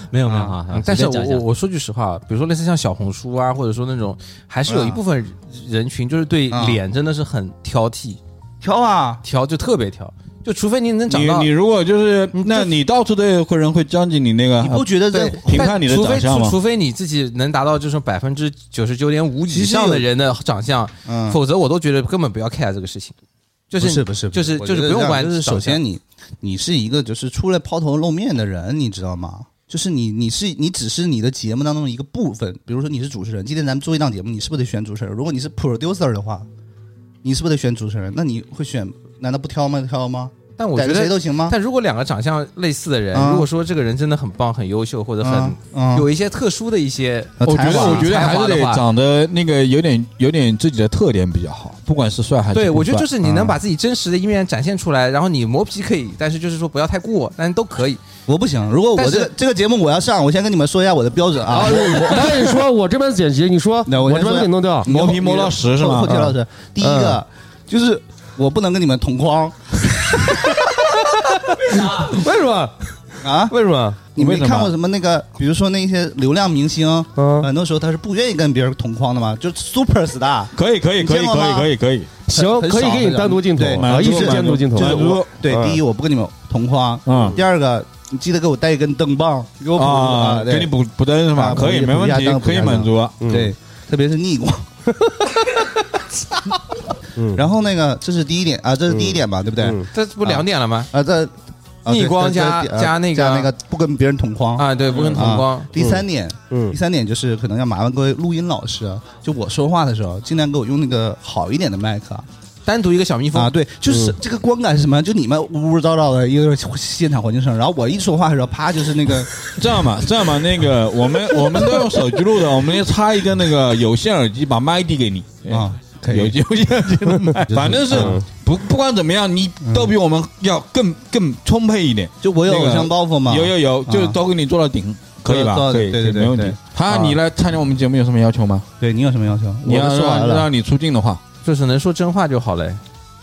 [SPEAKER 3] 没有没有啊，啊
[SPEAKER 4] 但是
[SPEAKER 3] 随
[SPEAKER 4] 我
[SPEAKER 3] 便讲
[SPEAKER 4] 我
[SPEAKER 3] 一下
[SPEAKER 4] 我说句实话，比如说类似像小红书啊，或者说那种，还是有一部分人群就是对
[SPEAKER 1] 啊
[SPEAKER 4] 脸真的是很挑剔，
[SPEAKER 1] 挑啊，
[SPEAKER 4] 挑就特别挑，就除非你能长
[SPEAKER 2] 你
[SPEAKER 4] 到
[SPEAKER 2] 你如果就是，那你到处都有人会将就你那个，
[SPEAKER 1] 你不觉得
[SPEAKER 4] 对
[SPEAKER 1] 这
[SPEAKER 2] 评判
[SPEAKER 4] 但
[SPEAKER 2] 你的
[SPEAKER 4] 除
[SPEAKER 2] 长
[SPEAKER 4] 非
[SPEAKER 2] 相
[SPEAKER 4] 除
[SPEAKER 2] 吗？
[SPEAKER 4] 除非你自己能达到就是百分之九十九点五以上的人的长相，
[SPEAKER 1] 嗯
[SPEAKER 4] 否则我都觉得根本不要 care 这个事情。就是
[SPEAKER 1] 不是不是
[SPEAKER 4] 就是
[SPEAKER 1] 我
[SPEAKER 4] 就是
[SPEAKER 1] 觉得
[SPEAKER 4] 不
[SPEAKER 1] 这
[SPEAKER 4] 用
[SPEAKER 1] 样
[SPEAKER 4] 管
[SPEAKER 1] 就是首
[SPEAKER 4] 长相
[SPEAKER 1] 先你你是一个就是出来抛头露面的人，你知道吗？就是你你是你只是你的节目当中的一个部分，比如说你是主持人，今天咱们做一档节目，你是不是得选主持人？如果你是 producer 的话，你是不是得选主持人？那你会选？难道不挑吗？挑吗？
[SPEAKER 4] 但我
[SPEAKER 1] 逮
[SPEAKER 4] 觉
[SPEAKER 1] 着谁
[SPEAKER 4] 得，
[SPEAKER 1] 都行吗？
[SPEAKER 4] 但如果两个长相类似的人，
[SPEAKER 1] 啊
[SPEAKER 4] 如果说这个人真的很棒、很优秀，或者
[SPEAKER 1] 啊
[SPEAKER 4] 很
[SPEAKER 1] 啊
[SPEAKER 4] 有一些特殊的一些，
[SPEAKER 1] 呃
[SPEAKER 2] 我觉
[SPEAKER 1] 才
[SPEAKER 2] 得，
[SPEAKER 1] 华
[SPEAKER 2] 我觉得
[SPEAKER 4] 才
[SPEAKER 2] 还
[SPEAKER 4] 华
[SPEAKER 2] 是
[SPEAKER 4] 的
[SPEAKER 2] 得
[SPEAKER 4] 话
[SPEAKER 2] 长得那个有点有点自己的特点比较好，不管是帅还是
[SPEAKER 4] 对
[SPEAKER 2] 不
[SPEAKER 4] 我觉得
[SPEAKER 2] 帅
[SPEAKER 4] 就是你能把自己真实的一面展现出来，然后你磨皮可以，但是就是说不要太过，但是都可以。
[SPEAKER 1] 我不行。如果我
[SPEAKER 4] 但是
[SPEAKER 1] 这个这个节目我要上，我先跟你们说一下我的标准啊。
[SPEAKER 5] 导演说， 我这边剪辑，你说，
[SPEAKER 1] 那我
[SPEAKER 5] 我
[SPEAKER 1] 先
[SPEAKER 5] 这边
[SPEAKER 1] 说
[SPEAKER 5] 给你弄掉。
[SPEAKER 2] 磨皮磨到实是吗
[SPEAKER 1] 后天
[SPEAKER 4] 嗯
[SPEAKER 1] 老师，第一个就是我不能跟你们同框
[SPEAKER 5] 为什么？
[SPEAKER 1] 啊。
[SPEAKER 5] 为什么？
[SPEAKER 1] 你没
[SPEAKER 2] 为什么
[SPEAKER 1] 看过什么那个，比如说那些流量明星，
[SPEAKER 5] 嗯
[SPEAKER 1] 很多时候他是不愿意跟别人同框的嘛，就 super star，
[SPEAKER 2] 可以可以可以
[SPEAKER 1] 你见
[SPEAKER 2] 可
[SPEAKER 1] 过
[SPEAKER 2] 以
[SPEAKER 1] 吗
[SPEAKER 2] 可以可以，
[SPEAKER 5] 行，
[SPEAKER 1] 很
[SPEAKER 5] 可以
[SPEAKER 1] 少
[SPEAKER 5] 给你
[SPEAKER 1] 的
[SPEAKER 5] 单独镜头
[SPEAKER 1] 对
[SPEAKER 5] 啊，
[SPEAKER 2] 满
[SPEAKER 5] 一
[SPEAKER 2] 足
[SPEAKER 5] 直单独镜头。啊
[SPEAKER 1] 就是
[SPEAKER 2] 满足
[SPEAKER 1] 我对，
[SPEAKER 5] 嗯
[SPEAKER 1] 第一我不跟你们同框，
[SPEAKER 2] 嗯
[SPEAKER 1] 第二个你记得给我带一根灯棒，给我补
[SPEAKER 2] 啊，
[SPEAKER 1] 对
[SPEAKER 2] 给你补补灯是吧？
[SPEAKER 1] 啊
[SPEAKER 2] 可以
[SPEAKER 1] 补一
[SPEAKER 2] 没问
[SPEAKER 1] 补一下
[SPEAKER 2] 题，
[SPEAKER 1] 灯
[SPEAKER 2] 可
[SPEAKER 1] 补一
[SPEAKER 2] 以
[SPEAKER 1] 下
[SPEAKER 2] 满足。
[SPEAKER 5] 嗯
[SPEAKER 1] 对，特别是逆光。
[SPEAKER 5] 嗯
[SPEAKER 1] 然后那个这是第一点啊，这是第一点吧，对不对？
[SPEAKER 5] 嗯
[SPEAKER 4] 这不两点了吗？
[SPEAKER 1] 啊，这啊
[SPEAKER 4] 逆光
[SPEAKER 1] 这这
[SPEAKER 4] 加
[SPEAKER 1] 这啊
[SPEAKER 4] 加那个
[SPEAKER 1] 加那个不跟别人同框。
[SPEAKER 4] 啊，对，不跟同光
[SPEAKER 1] 啊。第三点，
[SPEAKER 5] 嗯
[SPEAKER 1] 第三点就是可能要麻烦各位录音老师，啊就我说话的时候，尽量给我用那个好一点的麦克啊
[SPEAKER 4] 单独一个小蜜蜂
[SPEAKER 1] 啊。，对，
[SPEAKER 2] 嗯
[SPEAKER 1] 就是这个观感是什么？就你们呜呜叨叨的一个现场环境声，然后我一说话的时候，啪就是那 个
[SPEAKER 2] 这样吧，这样吧，那个我们我们都用手机录的，我们就插一个那个有线耳机，把麦递给你。
[SPEAKER 1] 啊，可
[SPEAKER 2] 有
[SPEAKER 1] 以
[SPEAKER 2] 有线耳机的麦，反正是
[SPEAKER 5] 嗯
[SPEAKER 2] 不不管怎么样，你都比我们要更更充沛一点。
[SPEAKER 1] 就我有偶像包袱嘛，
[SPEAKER 2] 有有有，就
[SPEAKER 1] 啊
[SPEAKER 2] 都给你做到顶，可以吧？
[SPEAKER 1] 做到
[SPEAKER 2] 可以，
[SPEAKER 1] 对
[SPEAKER 2] 可以
[SPEAKER 1] 对对
[SPEAKER 2] 没问题
[SPEAKER 1] 对。
[SPEAKER 2] 他，
[SPEAKER 1] 啊
[SPEAKER 2] 你来参加我们节目有什么要求吗？
[SPEAKER 1] 对你有什么要求？
[SPEAKER 2] 你
[SPEAKER 1] 我
[SPEAKER 2] 要
[SPEAKER 1] 都说完
[SPEAKER 2] 让
[SPEAKER 1] 了，
[SPEAKER 2] 让你出镜的话，
[SPEAKER 4] 就是能说真话就好嘞。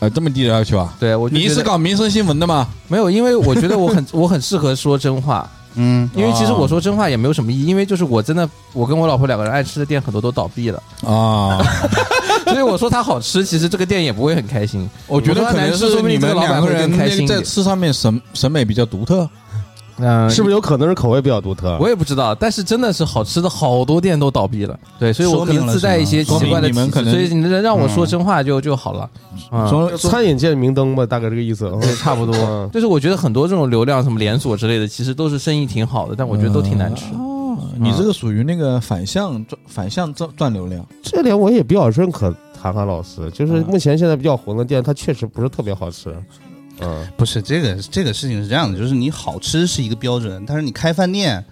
[SPEAKER 2] 呃，这么低的要求啊？
[SPEAKER 4] 对我就
[SPEAKER 2] 你
[SPEAKER 4] 觉
[SPEAKER 2] 是
[SPEAKER 4] 得
[SPEAKER 2] 搞民生新闻的吗？
[SPEAKER 4] 没有，因为我觉得我很 我很适合说真话，
[SPEAKER 1] 嗯
[SPEAKER 4] 因为其实我说真话也没有什么意义，因为就是我真的我跟我老婆两个人爱吃的店很多都倒 闭了，
[SPEAKER 2] 啊，
[SPEAKER 4] 所以我说它好吃，其实这个店也不会很开心。
[SPEAKER 2] 我觉得
[SPEAKER 4] 说它
[SPEAKER 2] 可能
[SPEAKER 4] 难吃
[SPEAKER 2] 是
[SPEAKER 4] 说不
[SPEAKER 2] 你
[SPEAKER 4] 定这
[SPEAKER 2] 们
[SPEAKER 4] 老
[SPEAKER 2] 两
[SPEAKER 4] 板
[SPEAKER 2] 个
[SPEAKER 4] 会
[SPEAKER 2] 人
[SPEAKER 4] 更开
[SPEAKER 2] 那
[SPEAKER 4] 心
[SPEAKER 2] 个
[SPEAKER 4] 一
[SPEAKER 2] 在
[SPEAKER 4] 点。
[SPEAKER 2] 吃上面审审美比较独特。
[SPEAKER 4] 嗯，
[SPEAKER 5] 是不是有可能是口味比较独特？啊
[SPEAKER 4] 我也不知道，但是真的是好吃的好多店都倒闭了。对，所以我可
[SPEAKER 1] 说明
[SPEAKER 4] 能
[SPEAKER 1] 了
[SPEAKER 4] 自带一些
[SPEAKER 1] 是吗
[SPEAKER 4] 奇怪的
[SPEAKER 2] 说明你们
[SPEAKER 4] 体
[SPEAKER 2] 可
[SPEAKER 4] 质
[SPEAKER 2] 能嗯
[SPEAKER 4] 所以你能让我说真话就就好了。嗯，
[SPEAKER 2] 说
[SPEAKER 5] 餐饮界明灯吧，大概这个意思。
[SPEAKER 4] 对，差不多
[SPEAKER 5] 嗯。
[SPEAKER 4] 就是我觉得很多这种流量什么连锁之类的，其实都是生意挺好的，但我觉得都挺难吃。
[SPEAKER 2] 你这个属于那个反向赚反向赚赚流量，
[SPEAKER 5] 这点我也比较认可韩寒老师，就是
[SPEAKER 1] 嗯
[SPEAKER 5] 目前现在比较红的店，它确实不是特别好吃。嗯，
[SPEAKER 1] 不是这个这个事情是这样的，就是你好吃是一个标准，但是你开饭店，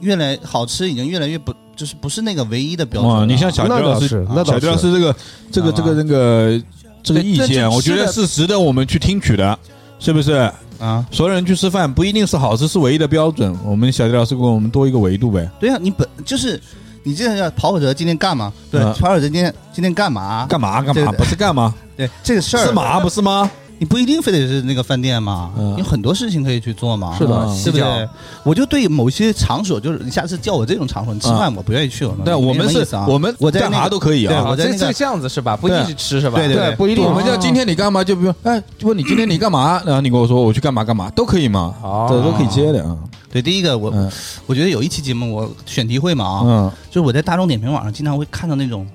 [SPEAKER 1] 越来好吃已经越来越不就是不是那个唯一的标准
[SPEAKER 2] 哇，
[SPEAKER 1] 了。
[SPEAKER 2] 哦你像小迪
[SPEAKER 5] 那
[SPEAKER 2] 老
[SPEAKER 5] 倒
[SPEAKER 2] 师，
[SPEAKER 5] 是，那倒
[SPEAKER 2] 小迪老师这个这个这个那个这个意
[SPEAKER 4] 对这
[SPEAKER 2] 见，
[SPEAKER 4] 这
[SPEAKER 2] 我觉得是值得我们去听取的，是不是？
[SPEAKER 1] 啊，
[SPEAKER 2] 所有人去吃饭不一定是好吃是唯一的标准，我们小迪老师给我们多一个维度呗。
[SPEAKER 1] 对呀、啊你本就是你这个跑火车今天干嘛？对，
[SPEAKER 2] 嗯
[SPEAKER 1] 跑火车今天今天干嘛？
[SPEAKER 2] 干嘛干
[SPEAKER 1] 对
[SPEAKER 2] 嘛
[SPEAKER 1] 的
[SPEAKER 2] 不是干嘛
[SPEAKER 1] 对这个事儿
[SPEAKER 2] 是嘛不是吗？
[SPEAKER 1] 你不一定非得是那个饭店嘛，
[SPEAKER 2] 嗯
[SPEAKER 1] 有很多事情可以去做嘛，
[SPEAKER 2] 是的
[SPEAKER 1] 啊
[SPEAKER 2] 洗
[SPEAKER 1] 对不对
[SPEAKER 4] 脚？
[SPEAKER 1] 我就对某些场所，就是你下次叫我这种场所，你吃饭我不愿意去，我
[SPEAKER 2] 嗯对，我们
[SPEAKER 1] 没什么意
[SPEAKER 2] 是
[SPEAKER 1] 思啊，
[SPEAKER 2] 我们
[SPEAKER 1] 我在
[SPEAKER 2] 干
[SPEAKER 1] 那
[SPEAKER 2] 嘛
[SPEAKER 1] 个
[SPEAKER 2] 都可以
[SPEAKER 1] 对
[SPEAKER 2] 啊。
[SPEAKER 1] 我在
[SPEAKER 4] 这
[SPEAKER 1] 那个
[SPEAKER 4] 这这样子是吧？不一
[SPEAKER 2] 对
[SPEAKER 4] 定是吃是吧？
[SPEAKER 1] 对对
[SPEAKER 5] 对，不一定。啊
[SPEAKER 2] 我们叫今天你干嘛？就比如，哎，问你今天你干嘛？然后你跟我说我去干嘛干嘛，都可以嘛，
[SPEAKER 4] 哦
[SPEAKER 2] 对，都可以接的啊。
[SPEAKER 1] 对第一个我
[SPEAKER 2] 嗯
[SPEAKER 1] 我觉得有一期节目我选题会嘛啊，
[SPEAKER 2] 嗯
[SPEAKER 1] 就是我在大众点评网上经常会看到那种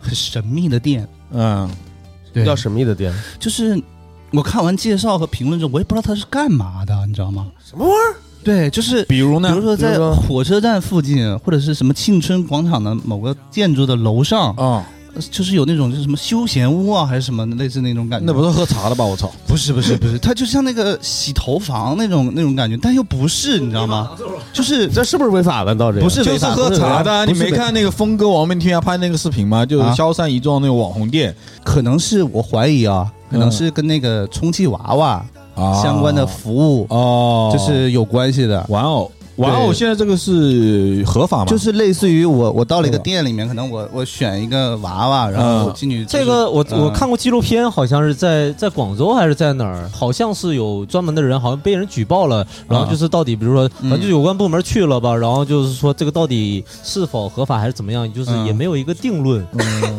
[SPEAKER 1] 很神秘的店，
[SPEAKER 2] 嗯，
[SPEAKER 1] 对
[SPEAKER 5] 叫神秘的店，
[SPEAKER 1] 就是我看完介绍和评论之后，我也不知道它是干嘛的，你知道吗？什
[SPEAKER 5] 么玩
[SPEAKER 1] 意儿？对，就是
[SPEAKER 2] 比如
[SPEAKER 1] 比
[SPEAKER 2] 呢
[SPEAKER 1] 如？说在
[SPEAKER 5] 比如说
[SPEAKER 1] 火车站附近，或者是什么庆春广场的某个建筑的楼上，
[SPEAKER 2] 啊，
[SPEAKER 1] 就是有那种就是什么休闲屋啊，还是什么类似那种感觉。
[SPEAKER 2] 那不是喝茶的吧？我操！
[SPEAKER 1] 不是不是不是，它就像那个洗头房那种那种感觉，但又不是，你知道
[SPEAKER 2] 啊
[SPEAKER 1] 吗？就是
[SPEAKER 5] 这啊是不是违法了？到这个
[SPEAKER 1] 不是
[SPEAKER 2] 就
[SPEAKER 1] 违
[SPEAKER 2] 是
[SPEAKER 1] 法
[SPEAKER 2] 喝茶的，啊
[SPEAKER 5] 不
[SPEAKER 2] 你
[SPEAKER 5] 是
[SPEAKER 2] 没
[SPEAKER 5] 违法
[SPEAKER 2] 看那个峰哥王明天拍那个视频吗？就是
[SPEAKER 1] 啊
[SPEAKER 2] 萧山一幢那个网红店
[SPEAKER 1] 可能是我怀疑啊，可能是跟那个充气娃娃相关的服务，
[SPEAKER 2] 哦，
[SPEAKER 1] 就是有关系的。
[SPEAKER 2] 玩偶，玩
[SPEAKER 1] 对
[SPEAKER 2] 偶现在这个是合法吗？
[SPEAKER 1] 就是类似于我我到了一个店里面，可能我我选一个娃娃，然后我进去就是、
[SPEAKER 3] 这个我
[SPEAKER 1] 嗯
[SPEAKER 3] 我看过纪录片，好像是在在广州还是在哪儿，好像是有专门的人，好像被人举报了，然后就是到底比如说，
[SPEAKER 1] 嗯
[SPEAKER 3] 反正就有关部门去了吧，然后就是说这个到底是否合法还是怎么样，就是
[SPEAKER 1] 嗯
[SPEAKER 3] 也没有一个定论。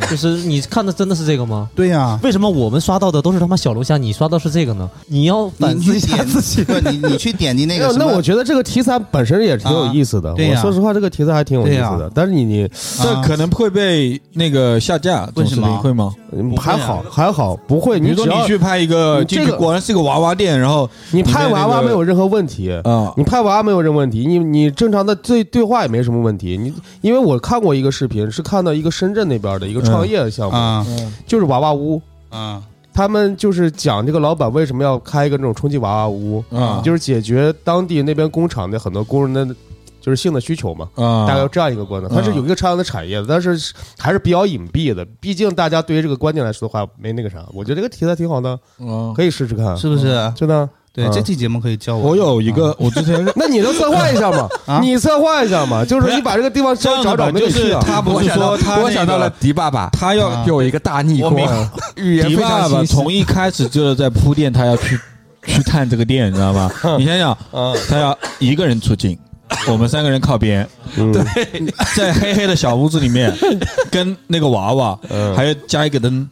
[SPEAKER 3] 就是你看的真的是这个吗？
[SPEAKER 1] 对呀、
[SPEAKER 3] 为什么我们刷到的都是他妈小龙虾，你刷到是这个呢？你要 反
[SPEAKER 1] 你
[SPEAKER 3] 思一
[SPEAKER 1] 去
[SPEAKER 3] 下
[SPEAKER 1] 点
[SPEAKER 3] 自己。
[SPEAKER 1] 不，你 你去点击那
[SPEAKER 5] 哎
[SPEAKER 1] 个
[SPEAKER 5] 呦
[SPEAKER 1] 什
[SPEAKER 5] 那
[SPEAKER 1] 么
[SPEAKER 5] 我觉得这个题材本身也挺有意思的。
[SPEAKER 1] 啊对呀
[SPEAKER 5] 我说实话，这个题材还挺有意思
[SPEAKER 1] 对
[SPEAKER 5] 的。但是你你
[SPEAKER 2] 这可能会被那个下架，
[SPEAKER 1] 为什么
[SPEAKER 2] 总视频会吗？
[SPEAKER 5] 你
[SPEAKER 1] 不会
[SPEAKER 5] 还
[SPEAKER 1] 啊
[SPEAKER 5] 好还好，不会。
[SPEAKER 2] 比
[SPEAKER 5] 你
[SPEAKER 2] 如
[SPEAKER 5] 只
[SPEAKER 2] 说
[SPEAKER 5] 要
[SPEAKER 2] 你去拍一个，
[SPEAKER 5] 你
[SPEAKER 2] 进
[SPEAKER 5] 这
[SPEAKER 2] 去
[SPEAKER 5] 个
[SPEAKER 2] 果然是一个娃娃店，然后
[SPEAKER 5] 你拍娃
[SPEAKER 2] 你在那
[SPEAKER 5] 娃
[SPEAKER 2] 个
[SPEAKER 5] 没有任何问题，
[SPEAKER 2] 啊
[SPEAKER 5] 你拍娃娃没有任何问题，你你正常的对对话也没什么问题。你因为我看过一个视频，是看到一个深圳那边的一个创业项
[SPEAKER 2] 嗯
[SPEAKER 5] 目，
[SPEAKER 1] 啊
[SPEAKER 5] 就是娃娃屋，
[SPEAKER 1] 啊
[SPEAKER 5] 他们就是讲这个老板为什么要开一个这种充气娃娃屋，
[SPEAKER 2] 啊
[SPEAKER 5] 就是解决当地那边工厂的很多工人的就是性的需求嘛。
[SPEAKER 2] 啊，
[SPEAKER 5] 大概有这样一个观点，它是有一个这样的产业的，但是还是比较隐蔽的。毕竟大家对于这个观念来说的话，没那个啥。我觉得这个题材挺好的，
[SPEAKER 2] 嗯
[SPEAKER 5] 可以试试看，啊
[SPEAKER 1] 是不是？
[SPEAKER 5] 真的。
[SPEAKER 1] 对，
[SPEAKER 5] 嗯
[SPEAKER 1] 这期节目可以教我。
[SPEAKER 2] 我有一个，我之前
[SPEAKER 5] 那你能策划一下吗？
[SPEAKER 1] 啊
[SPEAKER 5] 你策划一下嘛，就是你把这个地方
[SPEAKER 2] 这
[SPEAKER 5] 稍
[SPEAKER 2] 样子吧
[SPEAKER 5] 微找找，没
[SPEAKER 2] 就
[SPEAKER 5] 得
[SPEAKER 2] 是
[SPEAKER 5] 去啊。
[SPEAKER 2] 他不是说他
[SPEAKER 4] 我
[SPEAKER 2] 那
[SPEAKER 4] 想到
[SPEAKER 2] 个
[SPEAKER 4] 了迪爸爸，
[SPEAKER 2] 他要
[SPEAKER 1] 啊
[SPEAKER 4] 给我一个大逆
[SPEAKER 2] 我
[SPEAKER 4] 光
[SPEAKER 2] 明，
[SPEAKER 4] 语言
[SPEAKER 2] 迪
[SPEAKER 4] 非
[SPEAKER 2] 爸
[SPEAKER 4] 常
[SPEAKER 2] 爸
[SPEAKER 4] 清晰。
[SPEAKER 2] 从一开始就是在铺垫，他要去 去探这个店，你知道吗？你想想，他要一个人出镜，我们三个人靠边，
[SPEAKER 5] 对，
[SPEAKER 2] 在黑黑的小屋子里面，跟那个娃娃，还要加一个灯，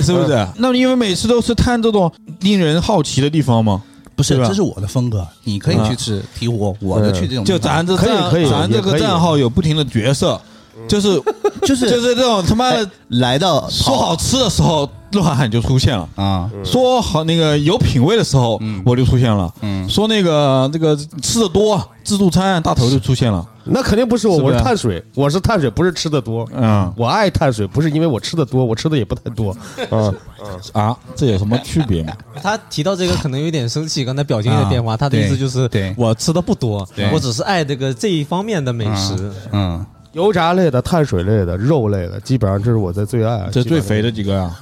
[SPEAKER 2] 是不是？那因为每次都是探这种令人好奇的地方嘛，
[SPEAKER 1] 不是，
[SPEAKER 2] 对吧
[SPEAKER 1] 这是我的风格，你可以去吃提壶，我就去这种地
[SPEAKER 2] 就
[SPEAKER 1] 方。
[SPEAKER 2] 咱这
[SPEAKER 5] 可以
[SPEAKER 2] 账
[SPEAKER 5] 可以
[SPEAKER 2] 咱
[SPEAKER 5] 也
[SPEAKER 2] 这个
[SPEAKER 5] 可以
[SPEAKER 2] 账号有不停的角色，就是
[SPEAKER 1] 就是
[SPEAKER 2] 就是这种他妈
[SPEAKER 1] 哎
[SPEAKER 2] 的
[SPEAKER 1] 来到
[SPEAKER 2] 说好吃的时候，鹿晗就出现了。
[SPEAKER 1] 啊，
[SPEAKER 5] 嗯
[SPEAKER 2] 说好那个有品位的时候，我就出现了。
[SPEAKER 1] 嗯
[SPEAKER 2] 说那个这个吃的多，自助餐大头就出现了。
[SPEAKER 5] 那肯定不是我，
[SPEAKER 2] 是不
[SPEAKER 5] 我
[SPEAKER 2] 是
[SPEAKER 5] 是碳水，我是碳水，不是吃的多。
[SPEAKER 2] 嗯
[SPEAKER 5] 我爱碳水，不是因为我吃的多，我吃的也不太多。 嗯，
[SPEAKER 2] 啊，这有什么区 别吗？
[SPEAKER 3] 他提到这个可能有点生气，刚才表情有点变化。
[SPEAKER 1] 啊
[SPEAKER 3] 他的意思就是，
[SPEAKER 1] 对对
[SPEAKER 3] 我吃的不多
[SPEAKER 1] 对，
[SPEAKER 3] 我只是爱这个这一方面的美食。
[SPEAKER 1] 嗯，
[SPEAKER 5] 油炸类的、碳水类的、肉类的，基本上这是我的最爱。啊
[SPEAKER 2] 这最肥的
[SPEAKER 5] 的，
[SPEAKER 2] 几个啊，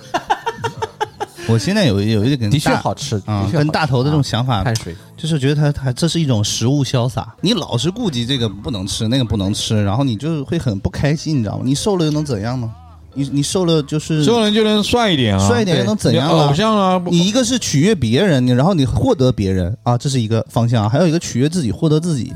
[SPEAKER 1] 我现在有有一点
[SPEAKER 4] 的确好吃，
[SPEAKER 1] 啊
[SPEAKER 4] 的，确好
[SPEAKER 1] 跟
[SPEAKER 4] 吃
[SPEAKER 1] 大头的这种想法
[SPEAKER 4] 碳水。
[SPEAKER 1] 就是觉得他他这是一种食物潇洒，你老是顾及这个不能吃，那个不能吃，然后你就会很不开心，你知道吗？你瘦了又能怎样呢？你你瘦了
[SPEAKER 5] 嗯
[SPEAKER 1] 就是
[SPEAKER 2] 所有人就能帅一点啊，
[SPEAKER 1] 帅一点又能怎样
[SPEAKER 2] 有
[SPEAKER 1] 啊
[SPEAKER 2] 偶像啊，不
[SPEAKER 1] 你一个是取悦别人，你然后你获得别人啊，这是一个方向，还有一个取悦自己，获得自己，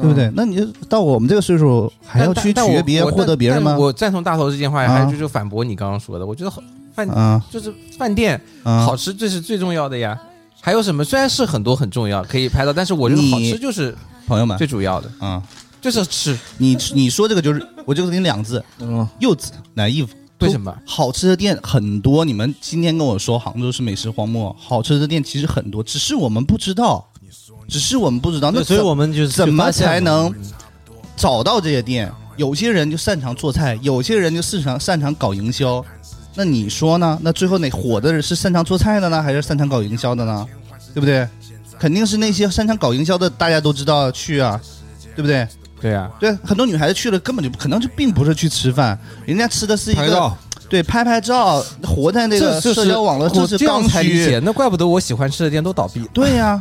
[SPEAKER 1] 对不对？那你就到我们这个岁数，还要
[SPEAKER 4] 嗯但
[SPEAKER 1] 去
[SPEAKER 4] 但
[SPEAKER 1] 取
[SPEAKER 4] 我
[SPEAKER 1] 悦别
[SPEAKER 4] 我
[SPEAKER 1] 人、获得
[SPEAKER 4] 但
[SPEAKER 1] 别人吗
[SPEAKER 4] 但？我赞同大头这件话，
[SPEAKER 1] 啊
[SPEAKER 4] 还就是反驳你刚刚说的。我觉得好饭
[SPEAKER 1] 啊
[SPEAKER 4] 就是饭店
[SPEAKER 1] 啊！
[SPEAKER 4] 好吃，这是最重要的呀。还有什么？虽然是很多很重要可以拍到，但是我觉得
[SPEAKER 1] 你
[SPEAKER 4] 好吃就是
[SPEAKER 1] 朋友们
[SPEAKER 4] 最主要的，
[SPEAKER 1] 啊，
[SPEAKER 4] 就是吃。
[SPEAKER 1] 你你说这个就是，我就给你两字，
[SPEAKER 2] 嗯
[SPEAKER 1] 柚子奶衣服。
[SPEAKER 4] 为什么？
[SPEAKER 1] 好吃的店很多，你们今天跟我说杭州是美食荒漠，好吃的店其实很多，只是我们不知道，只是我们不知道。那
[SPEAKER 3] 对，所以
[SPEAKER 1] 怎
[SPEAKER 3] 我们就是
[SPEAKER 1] 怎么
[SPEAKER 3] 发现了
[SPEAKER 1] 才能找到这些店？有些人就擅长做菜，有些人就擅长擅长搞营销。那你说呢？那最后哪火的是擅长做菜的呢，还是擅长搞营销的呢？对不对？肯定是那些擅长搞营销的，大家都知道去啊，对不对？
[SPEAKER 4] 对呀、
[SPEAKER 1] 对，很多女孩子去了根本就可能就并不是去吃饭，人家吃的是一
[SPEAKER 2] 拍
[SPEAKER 1] 个
[SPEAKER 2] 照，
[SPEAKER 1] 对拍拍照，活在那个
[SPEAKER 4] 这就是
[SPEAKER 1] 社交网络，
[SPEAKER 4] 我
[SPEAKER 1] 是
[SPEAKER 4] 这样
[SPEAKER 1] 刚
[SPEAKER 4] 才理
[SPEAKER 1] 需。，
[SPEAKER 4] 解那怪不得我喜欢吃的店都倒闭。
[SPEAKER 1] 对呀、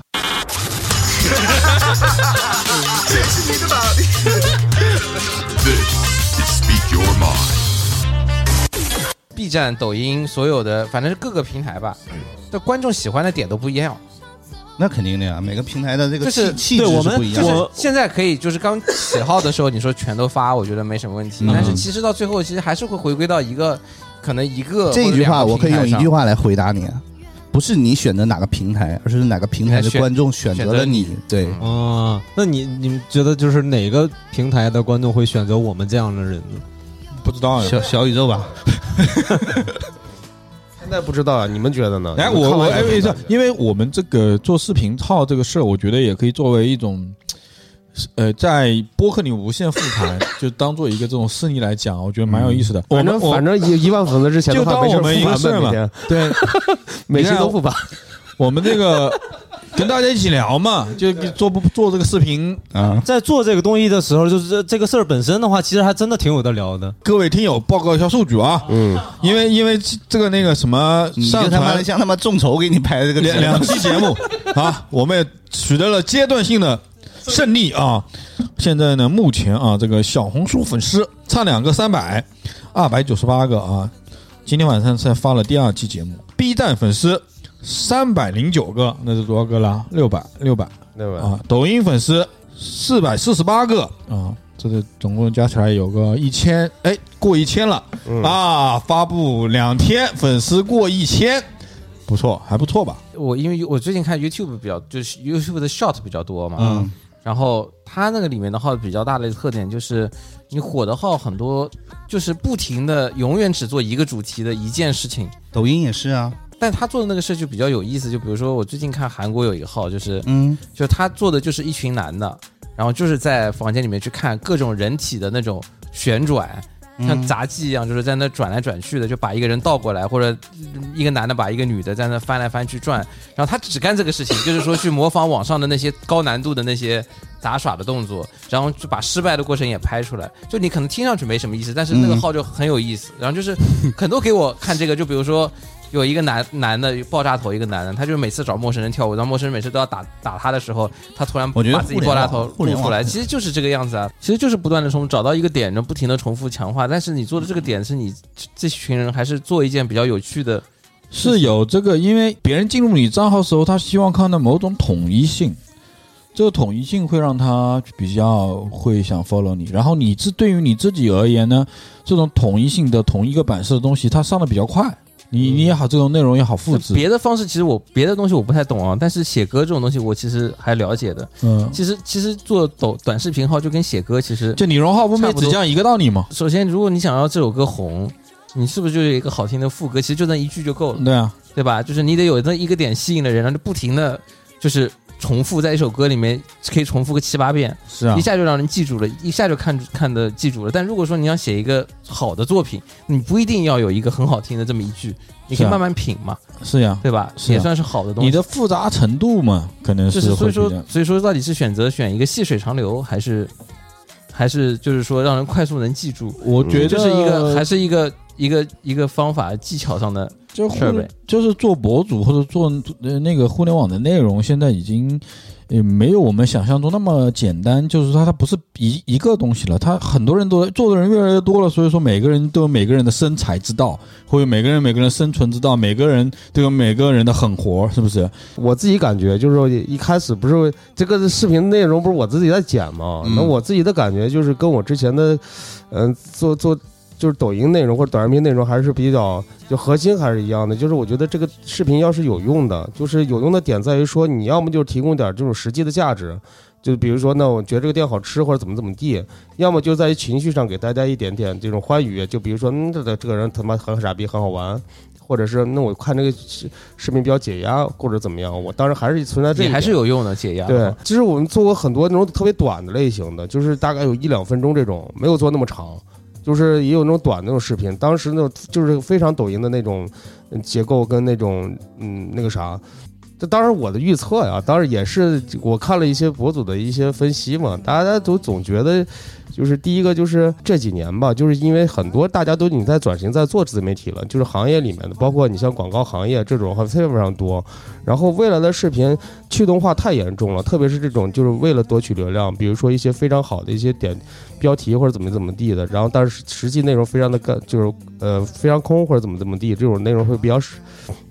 [SPEAKER 4] B 站、抖音所有的，反正是各个平台吧，
[SPEAKER 1] 嗯
[SPEAKER 4] 这观众喜欢的点都不一样。
[SPEAKER 1] 那肯定的呀，每个平台的这个
[SPEAKER 4] 就
[SPEAKER 1] 气
[SPEAKER 4] 是
[SPEAKER 1] 气质
[SPEAKER 3] 对我
[SPEAKER 1] 是
[SPEAKER 3] 们
[SPEAKER 1] 不一样
[SPEAKER 4] 就
[SPEAKER 1] 的。
[SPEAKER 4] 是现在可以，就是刚起号的时候，你说全都发，我觉得没什么问题。
[SPEAKER 1] 嗯
[SPEAKER 4] 但是其实到最后，其实还是会回归到一个，可能一个
[SPEAKER 1] 这一句话
[SPEAKER 4] 或者两个
[SPEAKER 1] 我可以用
[SPEAKER 4] 平
[SPEAKER 1] 一
[SPEAKER 4] 台
[SPEAKER 1] 句
[SPEAKER 4] 上
[SPEAKER 1] 话来回答你，不是你选择哪个平台，而是哪个平台的
[SPEAKER 4] 选
[SPEAKER 1] 观众选择了你。对，
[SPEAKER 4] 嗯
[SPEAKER 3] 啊，那你你们觉得就是哪个平台的观众会选择我们这样的人呢？
[SPEAKER 2] 不知道呀。
[SPEAKER 1] 小小宇宙吧，
[SPEAKER 5] 现在不知道啊，你们觉得呢？
[SPEAKER 2] 哎，
[SPEAKER 5] 你们
[SPEAKER 2] 我
[SPEAKER 5] 看
[SPEAKER 2] 我
[SPEAKER 5] 完
[SPEAKER 2] 哎，
[SPEAKER 5] 以后
[SPEAKER 2] 没
[SPEAKER 5] 怎
[SPEAKER 2] 事
[SPEAKER 5] 么，感觉
[SPEAKER 2] 因为我们这个做视频号这个事儿，我觉得也可以作为一种，呃，在播客里无限复 盘，就当做一个这种事例来讲，我觉得蛮有意思的。我
[SPEAKER 5] 嗯反
[SPEAKER 2] 们
[SPEAKER 5] 正反正一一万粉丝之前的
[SPEAKER 2] 就
[SPEAKER 5] 话，
[SPEAKER 2] 当
[SPEAKER 5] 没事
[SPEAKER 2] 我们一个
[SPEAKER 5] 复
[SPEAKER 2] 事儿
[SPEAKER 5] 盘呗，
[SPEAKER 2] 嘛
[SPEAKER 5] 每天
[SPEAKER 2] 我对
[SPEAKER 5] 每期
[SPEAKER 2] 你看
[SPEAKER 5] 都 复盘。
[SPEAKER 2] 我们 这个跟大家一起聊嘛，就做不做这个视频，
[SPEAKER 1] 啊，
[SPEAKER 3] 在做这个东西的时候，就是这这个事儿本身的话，其实还真的挺有的聊的。
[SPEAKER 2] 各位听友报告一下数据啊，
[SPEAKER 5] 嗯，
[SPEAKER 2] 因为因为这个那个什么
[SPEAKER 1] 你就
[SPEAKER 2] 上
[SPEAKER 1] 他妈
[SPEAKER 2] 传
[SPEAKER 1] 的像他妈众筹给你拍的这个
[SPEAKER 2] 两
[SPEAKER 1] 节目
[SPEAKER 2] 两期节目啊，我们也取得了阶段性的胜利啊。现在呢，目前啊，这个小红书粉丝差两个三百，二百九十八个啊。今天晚上才发了第二期节目，B 站粉丝三百零九个，那是多少个啦？六百六百
[SPEAKER 5] 对吧？
[SPEAKER 2] 啊！抖音粉丝四百四十八个啊，这个总共加起来有个一千，哎，过一千了、啊！发布两天，粉丝过一千，不错，还不错吧？
[SPEAKER 4] 我因为我最近看 YouTube 比较，就是 YouTube 的 Short 比较多嘛，
[SPEAKER 1] 嗯，
[SPEAKER 4] 然后它那个里面的号比较大的特点就是，你火的号很多，就是不停的永远只做一个主题的一件事情，
[SPEAKER 1] 抖音也是啊，
[SPEAKER 4] 但他做的那个事就比较有意思，就比如说我最近看韩国有一个号，就是
[SPEAKER 1] 嗯，
[SPEAKER 4] 就是他做的就是一群男的，然后就是在房间里面去看各种人体的那种旋转，像杂技一样，就是在那转来转去的，就把一个人倒过来，或者一个男的把一个女的在那翻来翻去转，然后他只干这个事情，就是说去模仿网上的那些高难度的那些杂耍的动作，然后就把失败的过程也拍出来。就你可能听上去没什么意思，但是那个号就很有意思。然后就是很多给我看这个，就比如说。有一个男男的爆炸头，一个男的，他就是每次找陌生人跳舞，然后陌生人每次都要打打他的时候，他突然
[SPEAKER 1] 我觉得
[SPEAKER 4] 把自己
[SPEAKER 1] 互联
[SPEAKER 4] 爆炸
[SPEAKER 1] 网
[SPEAKER 4] 头
[SPEAKER 1] 互联
[SPEAKER 4] 露出来，
[SPEAKER 1] 网
[SPEAKER 4] 其实就是这个样子啊，其实就是不断的重复找到一个点，然后不停的重复强化。但是你做的这个点是你这这群人还是做一件比较有趣的，
[SPEAKER 2] 是有这个，因为别人进入你账号时候，他希望看到某种统一性，这个统一性会让他比较会想 follow 你。然后你自对于你自己而言呢，这种统一性的同一个版式的东西，它上的比较快，你你也好，这种内容也好复制。
[SPEAKER 4] 别的方式其实我别的东西我不太懂啊，但是写歌这种东西我其实还了解的。
[SPEAKER 2] 嗯，
[SPEAKER 4] 其实其实做抖短视频号就跟写歌其实，
[SPEAKER 2] 就李荣浩不
[SPEAKER 4] 差
[SPEAKER 2] 没
[SPEAKER 4] 不
[SPEAKER 2] 只
[SPEAKER 4] 多
[SPEAKER 2] 讲一个道理吗？
[SPEAKER 4] 首先如果你想要这首歌红，你是不是就有一个好听的副歌？其实就那一句就够了。
[SPEAKER 2] 对啊，
[SPEAKER 4] 对吧？就是你得有那一个点吸引了人，然后就不停的就是重复在一首歌里面可以重复个七八遍，
[SPEAKER 2] 是啊
[SPEAKER 4] 一，下就让人记住了，一下就看看的记住了。但如果说你要写一个好的作品，你不一定要有一个很好听的这么一句，你可
[SPEAKER 2] 是
[SPEAKER 4] 以
[SPEAKER 2] 啊
[SPEAKER 4] 慢慢品嘛，
[SPEAKER 2] 是呀、
[SPEAKER 4] 对吧？
[SPEAKER 2] 是啊
[SPEAKER 4] 也算是好的东西。
[SPEAKER 2] 你的复杂程度嘛，可能
[SPEAKER 4] 就是所
[SPEAKER 2] 会
[SPEAKER 4] 以
[SPEAKER 2] 比较
[SPEAKER 4] 说，所以说到底是选择选一个细水长流，还是还是就是说让人快速能记住？
[SPEAKER 2] 我觉得
[SPEAKER 4] 就是一个还是一个一个一个方法技巧上的
[SPEAKER 2] 就互
[SPEAKER 4] 设备
[SPEAKER 2] 就是做博主或者做呃那个互联网的内容，现在已经呃没有我们想象中那么简单，就是说它它不是一一个东西了，它很多人都做的人越来越多了，所以说每个人都有每个人的生财之道，或者每个人每个人生存之道，每个人都有每个人的狠活，是不是？
[SPEAKER 5] 我自己感觉就是说一开始不是这个视频内容不是我自己在剪嘛，
[SPEAKER 1] 嗯
[SPEAKER 5] 那我自己的感觉就是跟我之前的，嗯、做做就是抖音内容或者短视频内容还是比较就核心还是一样的，就是我觉得这个视频要是有用的，就是有用的点在于说你要么就提供点这种实际的价值。就比如说，那我觉得这个店好吃，或者怎么怎么地，要么就在于情绪上给大家一点点这种欢愉。就比如说，嗯，这个这个人他妈很傻逼，很好玩，或者是嗯那我看这个视频比较解压，或者怎么样。我当然还是存在这一
[SPEAKER 4] 也
[SPEAKER 5] 点，
[SPEAKER 4] 还是有用的解压。
[SPEAKER 5] 对。其实我们做过很多那种特别短的类型的，就是大概有一两分钟这种，没有做那么长。就是也有那种短的那种视频，当时那种就是非常抖音的那种嗯结构跟那种嗯那个啥，这当然我的预测呀，当然也是我看了一些博主的一些分析嘛，大家都总觉得。就是第一个，就是这几年吧，就是因为很多大家都已经在转型，在做自媒体了，就是行业里面的，包括你像广告行业这种还非常非常多。然后未来的视频去动化太严重了，特别是这种就是为了夺取流量，比如说一些非常好的一些点标题或者怎么怎么地的，然后但是实际内容非常的干，就是呃非常空或者怎么怎么地，这种内容会比较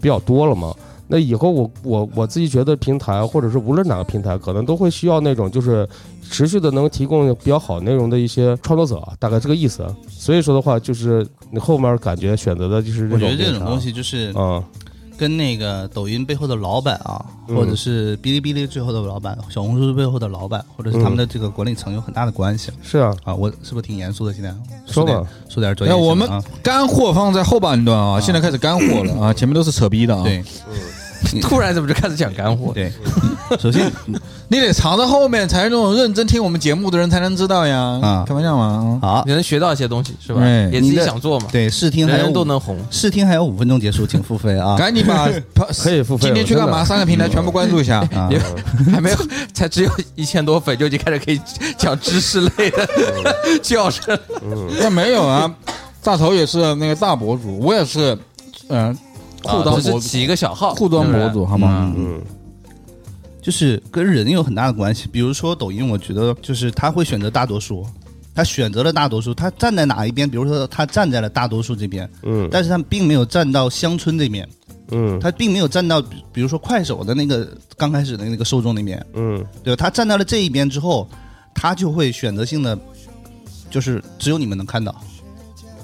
[SPEAKER 5] 比较多了嘛。那以后我我我自己觉得平台，或者是无论哪个平台，可能都会需要那种就是持续的能提供比较好内容的一些创作者，大概这个意思。啊所以说的话，就是你后面感觉选择的就是
[SPEAKER 1] 我觉得这种啊
[SPEAKER 5] 平台
[SPEAKER 1] 东西就是
[SPEAKER 5] 嗯，
[SPEAKER 1] 跟那个抖音背后的老板啊，
[SPEAKER 5] 嗯
[SPEAKER 1] 或者是哔哩哔哩最后的老板、小红书背后的老板，或者是他们的这个管理层有很大的关系、
[SPEAKER 5] 是啊，
[SPEAKER 1] 啊。我是不是挺严肃的？今天
[SPEAKER 5] 说吧
[SPEAKER 1] 点说点专业
[SPEAKER 2] 哎
[SPEAKER 1] 性的
[SPEAKER 2] 我们
[SPEAKER 1] 啊，
[SPEAKER 2] 干货放在后半段啊，现在开始干 货了啊，前面都是扯逼的啊。
[SPEAKER 1] 对
[SPEAKER 4] 突然怎么就开始讲干货？
[SPEAKER 1] 对， 首先
[SPEAKER 2] 你得藏在后面，才是那种认真听我们节目的人才能知道呀。
[SPEAKER 1] 啊
[SPEAKER 2] 开玩笑嘛。啊
[SPEAKER 1] 好
[SPEAKER 4] 你，能学到一些东西是吧？
[SPEAKER 2] 哎
[SPEAKER 4] 也自己
[SPEAKER 1] 你的
[SPEAKER 4] 想做嘛，
[SPEAKER 1] 对试听
[SPEAKER 4] 人
[SPEAKER 1] 还有
[SPEAKER 4] 人都
[SPEAKER 1] 五
[SPEAKER 4] 能红。
[SPEAKER 1] 试听还有五分钟结束，请付费 啊。
[SPEAKER 2] 赶紧 把
[SPEAKER 5] 可以付费
[SPEAKER 2] 今
[SPEAKER 5] 了
[SPEAKER 2] 天去干
[SPEAKER 5] 真
[SPEAKER 2] 嘛？
[SPEAKER 5] 的
[SPEAKER 2] 三个平台全部关注一 下。
[SPEAKER 1] 啊
[SPEAKER 4] 也还没有，才只有一千多粉就已经开始可以讲知识类的 教程了。
[SPEAKER 2] 那没有啊，大头也是那个大博主，我也是，嗯，裤裆
[SPEAKER 4] 啊只
[SPEAKER 2] 博
[SPEAKER 4] 是
[SPEAKER 2] 主，
[SPEAKER 4] 起一个小号，
[SPEAKER 2] 裤裆博主，好吗？
[SPEAKER 1] 嗯，就是跟人有很大的关系。比如说抖音，我觉得就是他会选择大多数，他选择了大多数，他站在哪一边？比如说他站在了大多数这边，
[SPEAKER 5] 嗯
[SPEAKER 1] 但是他并没有站到乡村这边，
[SPEAKER 5] 嗯
[SPEAKER 1] 他并没有站到比比如说快手的那个刚开始的那个受众那边，
[SPEAKER 5] 嗯
[SPEAKER 1] 对吧？他站到了这一边之后，他就会选择性的，就是只有你们能看到，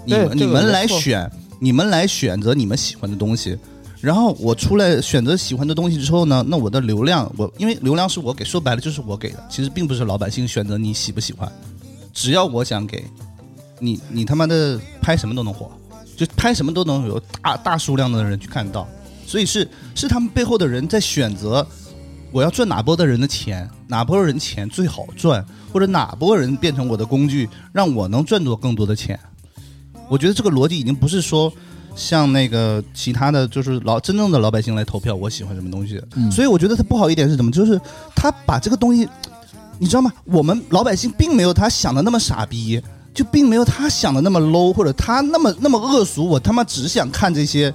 [SPEAKER 1] 你
[SPEAKER 5] 对
[SPEAKER 1] 们
[SPEAKER 5] 这
[SPEAKER 1] 你
[SPEAKER 5] 个
[SPEAKER 1] 们
[SPEAKER 5] 没
[SPEAKER 1] 来
[SPEAKER 5] 错
[SPEAKER 1] 选，你们来选择你们喜欢的东西。然后我出来选择喜欢的东西之后呢，那我的流量，我因为流量是我给，说白了就是我给的，其实并不是老百姓选择你喜不喜欢，只要我想给，你你他妈的拍什么都能火，就拍什么都能有大大数量的人去看到，所以是是他们背后的人在选择我要赚哪波的人的钱，哪波人钱最好赚，或者哪波人变成我的工具，让我能赚多更多的钱。我觉得这个逻辑已经不是说像那个其他的就是老真正的老百姓来投票我喜欢什么东西，所以我觉得他不好一点是什么？就是他把这个东西，你知道吗？我们老百姓并没有他想的那么傻逼。就并没有他想的那么 low，或者他那么那么恶俗。我他妈只想看这些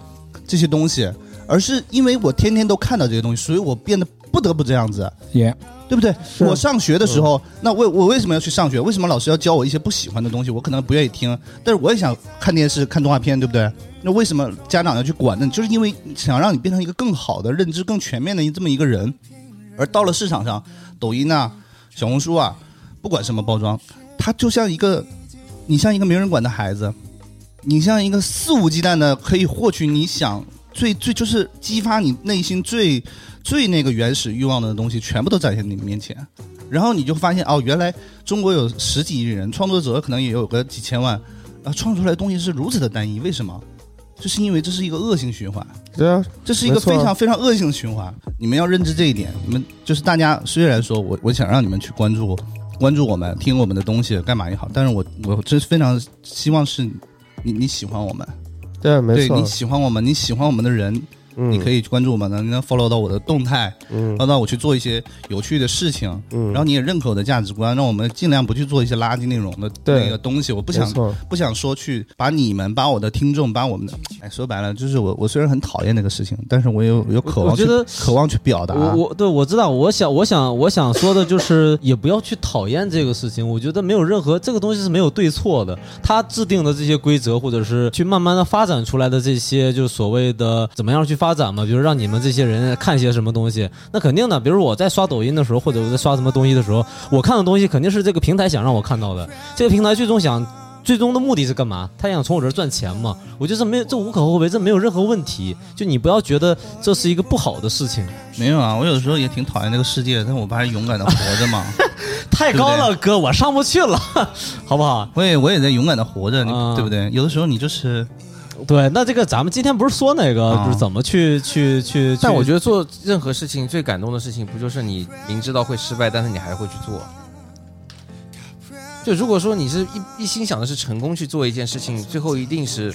[SPEAKER 1] 这些东西，而是因为我天天都看到这些东西，所以我变得不得不这样子。
[SPEAKER 2] 也
[SPEAKER 1] 对不对？我上学的时候，那我我为什么要去上学？为什么老师要教我一些不喜欢的东西？我可能不愿意听，但是我也想看电视、看动画片，对不对？那为什么家长要去管呢？就是因为想让你变成一个更好的、认知更全面的一这么一个人。而到了市场上，抖音啊、小红书啊，不管什么包装，它就像一个，你像一个没人管的孩子，你像一个肆无忌惮的可以获取你想最最就是激发你内心最最那个原始欲望的东西，全部都展现在你面前。然后你就发现哦，原来中国有十几亿人，创作者可能也有个几千万，啊，创出来的东西是如此的单一，为什么？就是因为这是一个恶性循环，
[SPEAKER 5] 对啊，
[SPEAKER 1] 这是一个
[SPEAKER 5] 没错
[SPEAKER 1] 非常非常恶性的循环。你们要认知这一点，你们就是大家虽然说我我想让你们去关注关注我们，听我们的东西干嘛也好，但是我我真非常希望是你你喜欢我们，
[SPEAKER 5] 对啊，没
[SPEAKER 1] 对
[SPEAKER 5] 错
[SPEAKER 1] 你，喜欢我们，你喜欢我们的人，
[SPEAKER 5] 嗯，
[SPEAKER 1] 你可
[SPEAKER 5] 以，
[SPEAKER 1] 以关注我们的，你能 follow 到我的动态，
[SPEAKER 5] 嗯
[SPEAKER 1] follow 到我去做一些有趣的事情，
[SPEAKER 5] 嗯，
[SPEAKER 1] 呃然后你也认可我的价值观，让我们尽量不去做一些垃圾内容的
[SPEAKER 5] 对
[SPEAKER 1] 那个东西。我不
[SPEAKER 5] 不
[SPEAKER 1] 想不想说去把你们、把我的听众、把我们的，哎，说白了就是我，我虽然很讨厌那个事情，但是我有有渴
[SPEAKER 3] 我
[SPEAKER 1] 望去
[SPEAKER 3] 觉得
[SPEAKER 1] 渴望去表达。
[SPEAKER 3] 我我对我知道，我想我想我想说的就是，也不要去讨厌这个事情。我觉得没有任何这个东西是没有对错的，他制定的这些规则，或者是去慢慢的发展出来的这些，就是所谓的怎么样去发展嘛。比如让你们这些人看些什么东西，那肯定的。比如我在刷抖音的时候，或者我在刷什么东西的时候，我看的东西肯定是这个平台想让我看到的。这个平台最终想。最终的目的是干嘛？他想从我这儿赚钱嘛？我觉得这没有，这无可厚非，这没有任何问题。就你不要觉得这是一个不好的事情。
[SPEAKER 1] 没有啊，我有时候也挺讨厌这个世界，但我不还是勇敢的活着嘛。
[SPEAKER 3] 太高了，哥，我上不去了， 好不好？
[SPEAKER 1] 我也我也在勇敢的活着，你
[SPEAKER 3] 啊
[SPEAKER 1] 对不对？有的时候你就是
[SPEAKER 3] 对，那这个咱们今天不是说那个，
[SPEAKER 1] 啊
[SPEAKER 3] 就是怎么去去去？去
[SPEAKER 4] 但我觉得做任何事情最感动的事情，不就是你明知道会失败，但是你还会去做？就如果说你是一一心想的是成功去做一件事情，最后一定是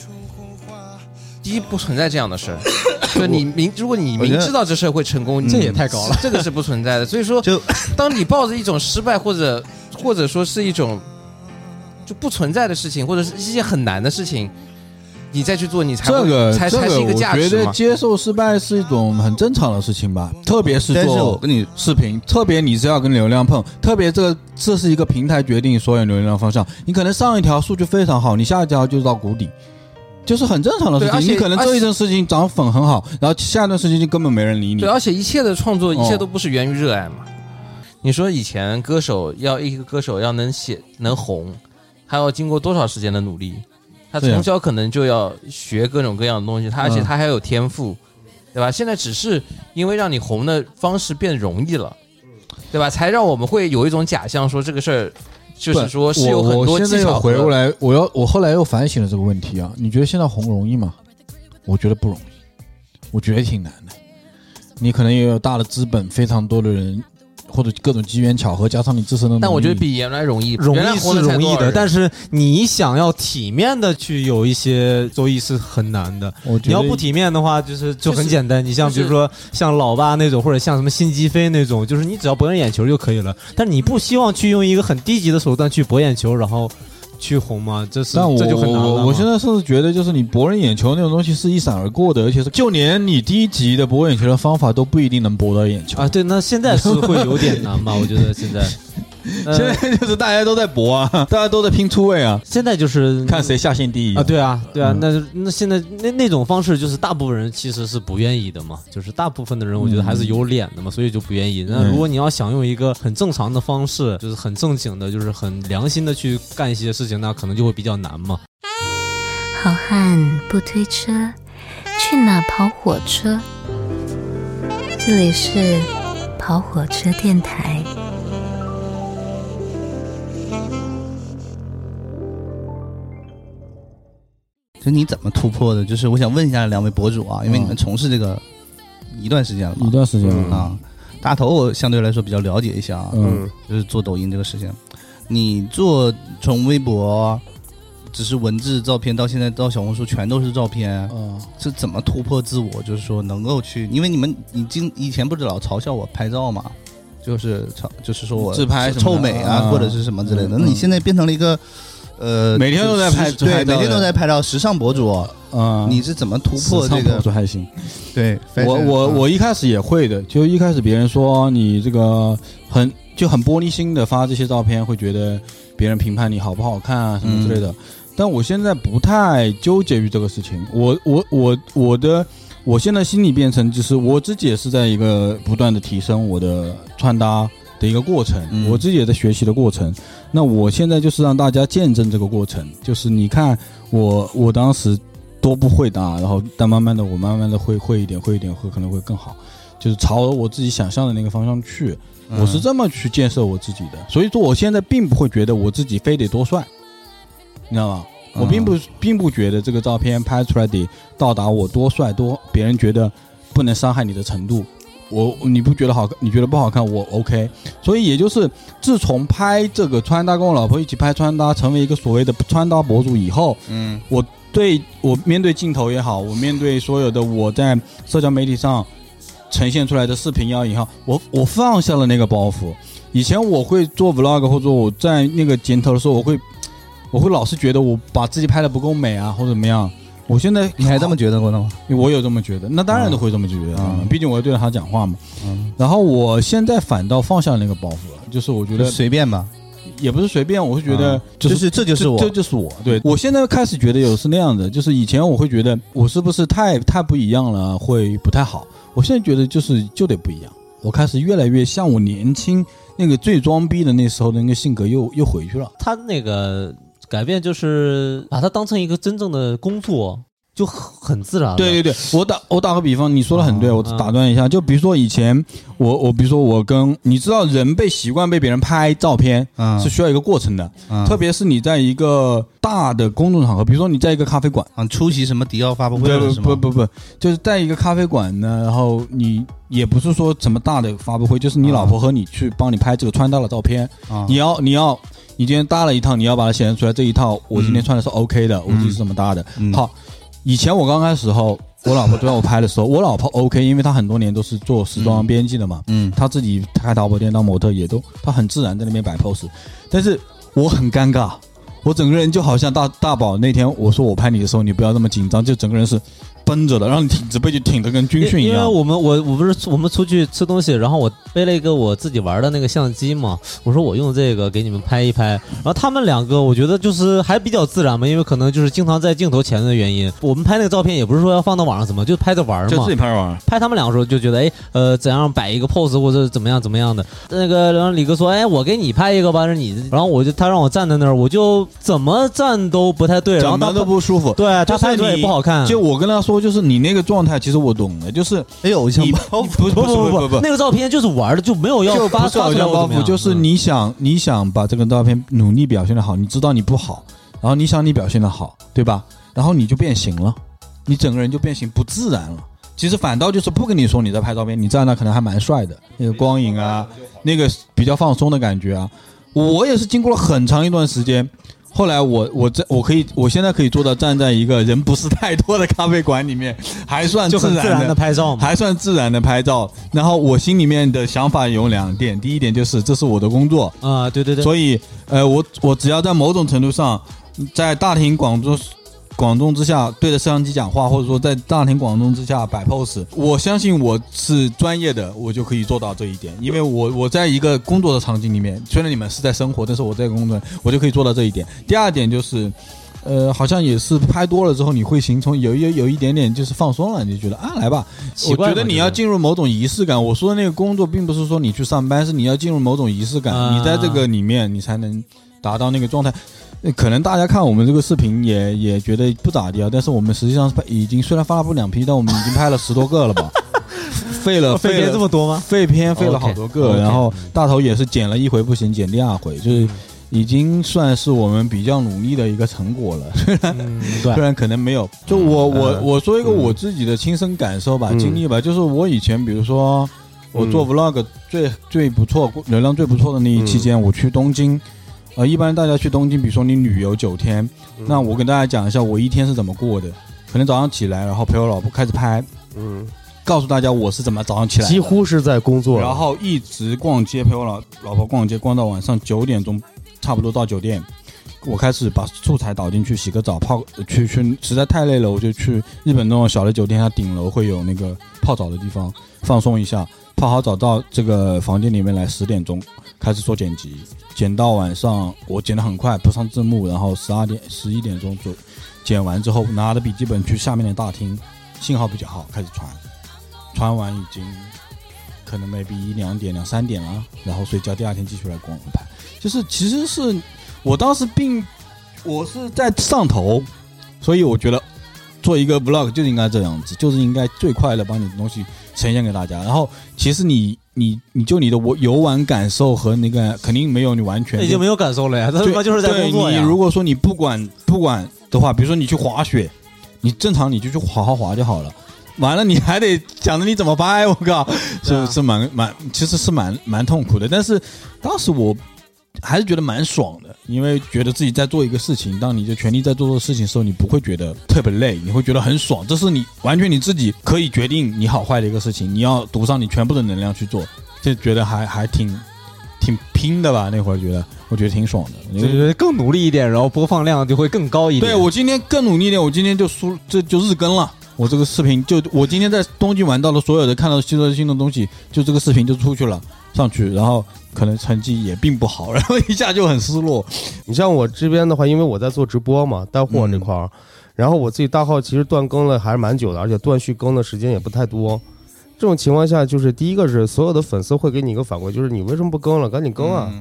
[SPEAKER 4] 第一不存在这样的事儿，对你明，如果你
[SPEAKER 1] 我觉
[SPEAKER 4] 明
[SPEAKER 1] 得
[SPEAKER 4] 知道这事儿会成功，
[SPEAKER 1] 这
[SPEAKER 4] 你
[SPEAKER 1] 也
[SPEAKER 3] 太高了，
[SPEAKER 4] 这个是不存在的。所以说，
[SPEAKER 1] 就
[SPEAKER 4] 当你抱着一种失败或者或者说是一种就不存在的事情，或者是一些很难的事情，你再去做，你才
[SPEAKER 2] 这
[SPEAKER 4] 会
[SPEAKER 2] 个
[SPEAKER 4] 才
[SPEAKER 2] 这
[SPEAKER 4] 才是一
[SPEAKER 2] 我
[SPEAKER 4] 个价
[SPEAKER 2] 觉
[SPEAKER 4] 值
[SPEAKER 2] 得
[SPEAKER 4] 嘛。嗯
[SPEAKER 2] 接受失败是一种很正常的事情吧，特别是
[SPEAKER 1] 但是我
[SPEAKER 2] 做
[SPEAKER 1] 跟你
[SPEAKER 2] 视频，特别你是要跟流量碰，特别这个这是一个平台决定所有流量方向，你可能上一条数据非常好，你下一条就到谷底。就是很正常的事
[SPEAKER 4] 对而
[SPEAKER 2] 情，
[SPEAKER 4] 且
[SPEAKER 2] 你可能这一段事情涨粉很好，然后下一段事情就根本没人理你
[SPEAKER 4] 对，。而且一切的创作，
[SPEAKER 2] 哦
[SPEAKER 4] 一切都不是源于热爱嘛。你说以前歌手要一个歌手要能写能红，他要经过多少时间的努力？他
[SPEAKER 2] 对啊
[SPEAKER 4] 从小可能就要学各种各样的东西，他而且
[SPEAKER 2] 嗯
[SPEAKER 4] 他还有天赋，对吧？现在只是因为让你红的方式变容易了，对吧？才让我们会有一种假象，说这个事儿就是说是有
[SPEAKER 2] 我
[SPEAKER 4] 很
[SPEAKER 2] 我
[SPEAKER 4] 多
[SPEAKER 2] 现在
[SPEAKER 4] 技巧
[SPEAKER 2] 又
[SPEAKER 4] 和。
[SPEAKER 2] 回过来，我要我后来又反省了这个问题啊。你觉得现在红容易吗？我觉得不容易，我觉得挺难的。你可能也有大的资本，非常多的人，或者各种机缘巧合，加上你自身的能力，
[SPEAKER 4] 但我觉得比原来容易，
[SPEAKER 3] 容
[SPEAKER 4] 原来
[SPEAKER 3] 易
[SPEAKER 4] 红
[SPEAKER 3] 是
[SPEAKER 4] 的才
[SPEAKER 3] 容
[SPEAKER 4] 多
[SPEAKER 3] 易
[SPEAKER 4] 少
[SPEAKER 3] 的，
[SPEAKER 4] 人
[SPEAKER 3] 但是你想要体面的去有一些综艺是很难的。
[SPEAKER 2] 我觉
[SPEAKER 3] 你
[SPEAKER 2] 得
[SPEAKER 3] 要不体面的话，就是就
[SPEAKER 4] 就是
[SPEAKER 3] 很简单。你像
[SPEAKER 4] 就
[SPEAKER 3] 比
[SPEAKER 4] 是
[SPEAKER 3] 如说像老八那种，或者像什么辛吉飞那种，就是你只要博人眼球就可以了。但你不希望去用一个很低级的手段去博眼球，然后去红吗？这是
[SPEAKER 2] 但我
[SPEAKER 3] 这就很难了
[SPEAKER 2] 我
[SPEAKER 3] 嘛。
[SPEAKER 2] 我现在甚至觉得，就是你博人眼球那种东西是一闪而过的，而且是就连你低级的博眼球的方法都不一定能博到眼球。
[SPEAKER 3] 啊，对，那现在是会有点难吧？我觉得现在，呃、
[SPEAKER 2] 现在就是大家都在博啊，大家都在拼出位啊，
[SPEAKER 3] 现在就是
[SPEAKER 2] 看谁下线第一
[SPEAKER 3] 啊，。对啊，对啊，
[SPEAKER 2] 嗯
[SPEAKER 3] 那那现在那那种方式，就是大部分人其实是不愿意的嘛，就是大部分的人，我觉得还是有脸的嘛，所以就不愿意。那
[SPEAKER 2] 嗯
[SPEAKER 3] 如果你要想用一个很正常的方式，就是很正经的，就是很良心的去干一些事情，那可能就会比较难嘛。
[SPEAKER 8] 好汉不推车，去哪跑火车？这里是跑火车电台。
[SPEAKER 1] 就你怎么突破的？就是我想问一下两位博主啊，因为你们从事这个一段时间了嘛，
[SPEAKER 2] 一段时间了，
[SPEAKER 1] 啊，大头我相对来说比较了解一下啊，
[SPEAKER 2] 嗯，
[SPEAKER 1] 就是做抖音这个事情。你做从微博，只是文字、照片，到现在到小红书全都是照片，
[SPEAKER 2] 嗯，
[SPEAKER 1] 是怎么突破自我？就是说能够去，因为你们你经以前不是老嘲笑我拍照嘛，就是嘲，就是说我
[SPEAKER 2] 自拍什么的
[SPEAKER 1] 臭美啊，
[SPEAKER 2] 啊
[SPEAKER 1] 或者是什么之类的。
[SPEAKER 2] 嗯
[SPEAKER 1] 那你现在变成了一个。呃，
[SPEAKER 2] 每天都在拍
[SPEAKER 1] 时对，
[SPEAKER 2] 拍照
[SPEAKER 1] 每天都
[SPEAKER 2] 的
[SPEAKER 1] 在拍照，时尚博主，
[SPEAKER 2] 啊
[SPEAKER 1] 你是怎么突破这
[SPEAKER 2] 时尚博
[SPEAKER 1] 个
[SPEAKER 2] 主？还行。
[SPEAKER 1] 对，
[SPEAKER 2] 我
[SPEAKER 1] fashion，
[SPEAKER 2] 我
[SPEAKER 1] 嗯
[SPEAKER 2] 我一开始也会的，就一开始别人说你这个很就很玻璃心的发这些照片，会觉得别人评判你好不好看啊什么之类的。
[SPEAKER 1] 嗯
[SPEAKER 2] 但我现在不太纠结于这个事情，我我我我的我现在心里变成就是我自己也是在一个不断的提升我的穿搭的一个过程，
[SPEAKER 1] 嗯
[SPEAKER 2] 我自己也在学习的过程。那我现在就是让大家见证这个过程，就是你看我我当时多不会搭，然后但慢慢的我慢慢的会会一点，会一点会可能会更好，就是朝我自己想象的那个方向去。
[SPEAKER 1] 嗯
[SPEAKER 2] 我是这么去建设我自己的，所以说我现在并不会觉得我自己非得多帅，你知道吗？
[SPEAKER 1] 嗯
[SPEAKER 2] 我并不并不觉得这个照片拍出来得到达我多帅多别人觉得不能伤害你的程度。我你不觉得好看，你觉得不好看，我 OK。所以也就是自从拍这个穿搭，跟我老婆一起拍穿搭，成为一个所谓的穿搭博主以后，
[SPEAKER 1] 嗯
[SPEAKER 2] 对我面对镜头也好，我面对所有的我在社交媒体上呈现出来的视频也好，也好，我我放下了那个包袱。以前我会做 vlog，或者我在那个剪头的时候，我会我会老是觉得我把自己拍的不够美啊，或者怎么样。我现在
[SPEAKER 1] 你还这么觉得过呢吗？
[SPEAKER 2] 我有这么觉得，那当然都会这么觉得，
[SPEAKER 1] 嗯
[SPEAKER 2] 毕竟我要对着他讲话嘛。
[SPEAKER 1] 嗯，
[SPEAKER 2] 然后我现在反倒放下那个包袱了，就是我觉
[SPEAKER 1] 就
[SPEAKER 2] 得
[SPEAKER 1] 随便吧，
[SPEAKER 2] 也不是随便，我会觉得
[SPEAKER 1] 嗯就是这就是我
[SPEAKER 2] 这就是我。对我现在开始觉得有是那样的，就是以前我会觉得我是不是太太不一样了，会不太好。我现在觉得就是就得不一样，我开始越来越像我年轻那个最装逼的那时候的那个性格又又回去了。
[SPEAKER 3] 他那个改变就是把它当成一个真正的工作，就很很自然了。
[SPEAKER 2] 对对对，我打我打个比方，你说的很对，
[SPEAKER 3] 嗯
[SPEAKER 2] 我打断一下，就比如说以前我我比如说我跟你知道人被习惯被别人拍照片
[SPEAKER 1] 嗯，
[SPEAKER 2] 是需要一个过程的，
[SPEAKER 1] 嗯
[SPEAKER 2] 特别是你在一个大的公众场合，比如说你在一个咖啡馆。
[SPEAKER 1] 啊，出席什么迪奥发布会了
[SPEAKER 2] 不
[SPEAKER 1] 是吗？
[SPEAKER 2] 不不不，就是在一个咖啡馆呢，然后你也不是说什么大的发布会，就是你
[SPEAKER 1] 啊
[SPEAKER 2] 老婆和你去帮你拍这个穿搭的照片，
[SPEAKER 1] 啊
[SPEAKER 2] 你要你要你今天搭了一套，你要把它显示出来，这一套我今天穿的是 OK 的，我自己是怎么搭的。
[SPEAKER 1] 嗯
[SPEAKER 2] 好，以前我刚开始时候，我老婆对我拍的时候，我老婆 OK，因为她很多年都是做时装编辑的嘛，
[SPEAKER 1] 嗯，
[SPEAKER 2] 她自己开淘宝店当模特也都，她很自然在那边摆 pose，但是我很尴尬，我整个人就好像大大宝那天我说我拍你的时候，你不要那么紧张，就整个人是绷着的，让你挺直背就挺得跟军训一
[SPEAKER 3] 因为
[SPEAKER 2] 样。
[SPEAKER 3] 我们我我不是我们出去吃东西，然后我背了一个我自己玩的那个相机嘛，我说我用这个给你们拍一拍，然后他们两个我觉得就是还比较自然嘛，因为可能就是经常在镜头前的原因，我们拍那个照片也不是说要放到网上怎么，就拍着玩儿
[SPEAKER 2] 就
[SPEAKER 3] 嘛
[SPEAKER 2] 自己。拍着玩儿，
[SPEAKER 3] 拍他们俩的时候就觉得，哎，呃，怎样摆一个 pose 或者怎么样怎么样的。那个，然后李哥说，哎，我给你拍一个吧，是你。然后我就他让我站在那儿，我就怎么站都嗯不太对，然后
[SPEAKER 2] 怎
[SPEAKER 3] 他
[SPEAKER 2] 么都
[SPEAKER 3] 拍
[SPEAKER 2] 不舒服。
[SPEAKER 3] 对他
[SPEAKER 2] 就是
[SPEAKER 3] 拍出来也
[SPEAKER 2] 你
[SPEAKER 3] 不好看。
[SPEAKER 2] 就我跟他说，就是你那个状态，其实我懂的，就是
[SPEAKER 1] 哎呦，偶像
[SPEAKER 2] 你
[SPEAKER 1] 包
[SPEAKER 2] 不不
[SPEAKER 3] 不不
[SPEAKER 2] 不
[SPEAKER 3] 不
[SPEAKER 2] 不，
[SPEAKER 3] 那个照片就是玩的，就没有要
[SPEAKER 2] 就
[SPEAKER 3] 发
[SPEAKER 2] 不是偶像包袱，就是。
[SPEAKER 3] 嗯
[SPEAKER 2] 你想你想把这个照片努力表现的好，你知道你不好，然后你想你表现的好，对吧？然后你就变形了，你整个人就变形不自然了。其实反倒就是不跟你说你在拍照片，你站那可能还蛮帅的，那个光影啊，那个比较放松的感觉啊。我也是经过了很长一段时间，后来我我在我可以我现在可以做到站在一个人不是太多的咖啡馆里面，还算
[SPEAKER 3] 就很自然
[SPEAKER 2] 的
[SPEAKER 3] 的拍照嘛，
[SPEAKER 2] 还算自然的拍照。然后我心里面的想法有两点，第一点就是这是我的工作，
[SPEAKER 3] 啊、对对对，
[SPEAKER 2] 所以呃，我我只要在某种程度上，在大庭广众广众之下对着摄像机讲话，或者说在大庭广众之下摆 pose，我相信我是专业的，我就可以做到这一点。因为我我在一个工作的场景里面，虽然你们是在生活，但是我在工作，我就可以做到这一点。第二点就是。呃，好像也是拍多了之后，你会形成有有有一点点就是放松了，你就觉得啊，来吧，
[SPEAKER 3] 奇
[SPEAKER 2] 我
[SPEAKER 3] 怪
[SPEAKER 2] 觉
[SPEAKER 3] 嘛
[SPEAKER 2] 得你
[SPEAKER 3] 这
[SPEAKER 2] 要
[SPEAKER 3] 个
[SPEAKER 2] 进入某种仪式感。我说的那个工作，并不是说你去上班，是你要进入某种仪式感。
[SPEAKER 3] 啊
[SPEAKER 2] 你在这个里面，你才能达到那个状态。呃可能大家看我们这个视频也也觉得不咋地啊，但是我们实际上是拍已经虽然发布两批，但我们已经拍了十多个了 吧，费了
[SPEAKER 3] 分
[SPEAKER 2] 费
[SPEAKER 3] 别
[SPEAKER 2] 了
[SPEAKER 3] 这么多吗？
[SPEAKER 2] 废片废了
[SPEAKER 3] OK，
[SPEAKER 2] 好多个
[SPEAKER 3] OK
[SPEAKER 2] 然后大头也是剪了一回不行，剪第二回，
[SPEAKER 3] 嗯
[SPEAKER 2] 就是已经算是我们比较努力的一个成果了。
[SPEAKER 3] 嗯，对嗯呃
[SPEAKER 2] 虽，然可能没有，就我我我说一个我自己的亲身感受吧，
[SPEAKER 5] 嗯
[SPEAKER 2] 经历吧，就是我以前比如说我做
[SPEAKER 5] 嗯
[SPEAKER 2] vlog 最最不错流量最不错的那一期间，
[SPEAKER 3] 嗯
[SPEAKER 2] 我去东京，呃，一般大家去东京，比如说你旅游九天，
[SPEAKER 3] 嗯
[SPEAKER 2] 那我跟大家讲一下我一天是怎么过的，可能早上起来，然后陪我老婆开始拍，
[SPEAKER 5] 嗯，
[SPEAKER 2] 告诉大家我是怎么早上起来的，
[SPEAKER 5] 几乎是在工作，
[SPEAKER 2] 然后一直逛街，陪我老老婆逛街，逛到晚上九点钟，差不多到酒店，我开始把素材导进去，洗个澡，泡去去，实在太累了，我就去日本那种小的酒店，它顶楼会有那个泡澡的地方，放松一下，泡好澡到这个房间里面来，十点钟开始做剪辑，剪到晚上，我剪得很快，不上字幕，然后十二点十一点钟左剪完之后，拿着笔记本去下面的大厅，信号比较好，开始传，传完已经可能 maybe 一两点、两三点了，然后睡觉，第二天继续来逛拍，就是其实是我当时并我是在上头，所以我觉得做一个 vlog 就应该这样子，就是应该最快的把你的东西呈现给大家。然后其实你你你就你的我游玩感受和那个肯定没有你完全
[SPEAKER 3] 那已经没有感受了呀，他
[SPEAKER 2] 对
[SPEAKER 3] 他妈就是在
[SPEAKER 2] 对
[SPEAKER 3] 工作
[SPEAKER 2] 你
[SPEAKER 3] 呀。
[SPEAKER 2] 如果说你不管不管的话，比如说你去滑雪，你正常你就去好好滑就好了。完了，你还得想着你怎么拍，我靠，
[SPEAKER 3] 对啊
[SPEAKER 2] 是是蛮蛮，其实是蛮蛮痛苦的。但是当时我还是觉得蛮爽的，因为觉得自己在做一个事情，当你就全力在做这个事情的时候，你不会觉得特别累，你会觉得很爽。这是你完全你自己可以决定你好坏的一个事情，你要赌上你全部的能量去做，就觉得还还挺挺拼的吧。那会儿觉得，我觉得挺爽的。
[SPEAKER 3] 就就是更努力一点，然后播放量就会更高一点。
[SPEAKER 2] 对我今天更努力一点，我今天就输，这就日更了。我这个视频就我今天在东京玩到了所有的看到新的新的东西，就这个视频就出去了，上去，然后可能成绩也并不好，然后一下就很失落。
[SPEAKER 5] 你像我这边的话，因为我在做直播嘛，带货
[SPEAKER 1] 嗯
[SPEAKER 5] 这块儿，然后我自己大号其实断更了还是蛮久的，而且断续更的时间也不太多。这种情况下，就是第一个是所有的粉丝会给你一个反馈，就是你为什么不更了？赶紧更
[SPEAKER 1] 嗯
[SPEAKER 5] 啊！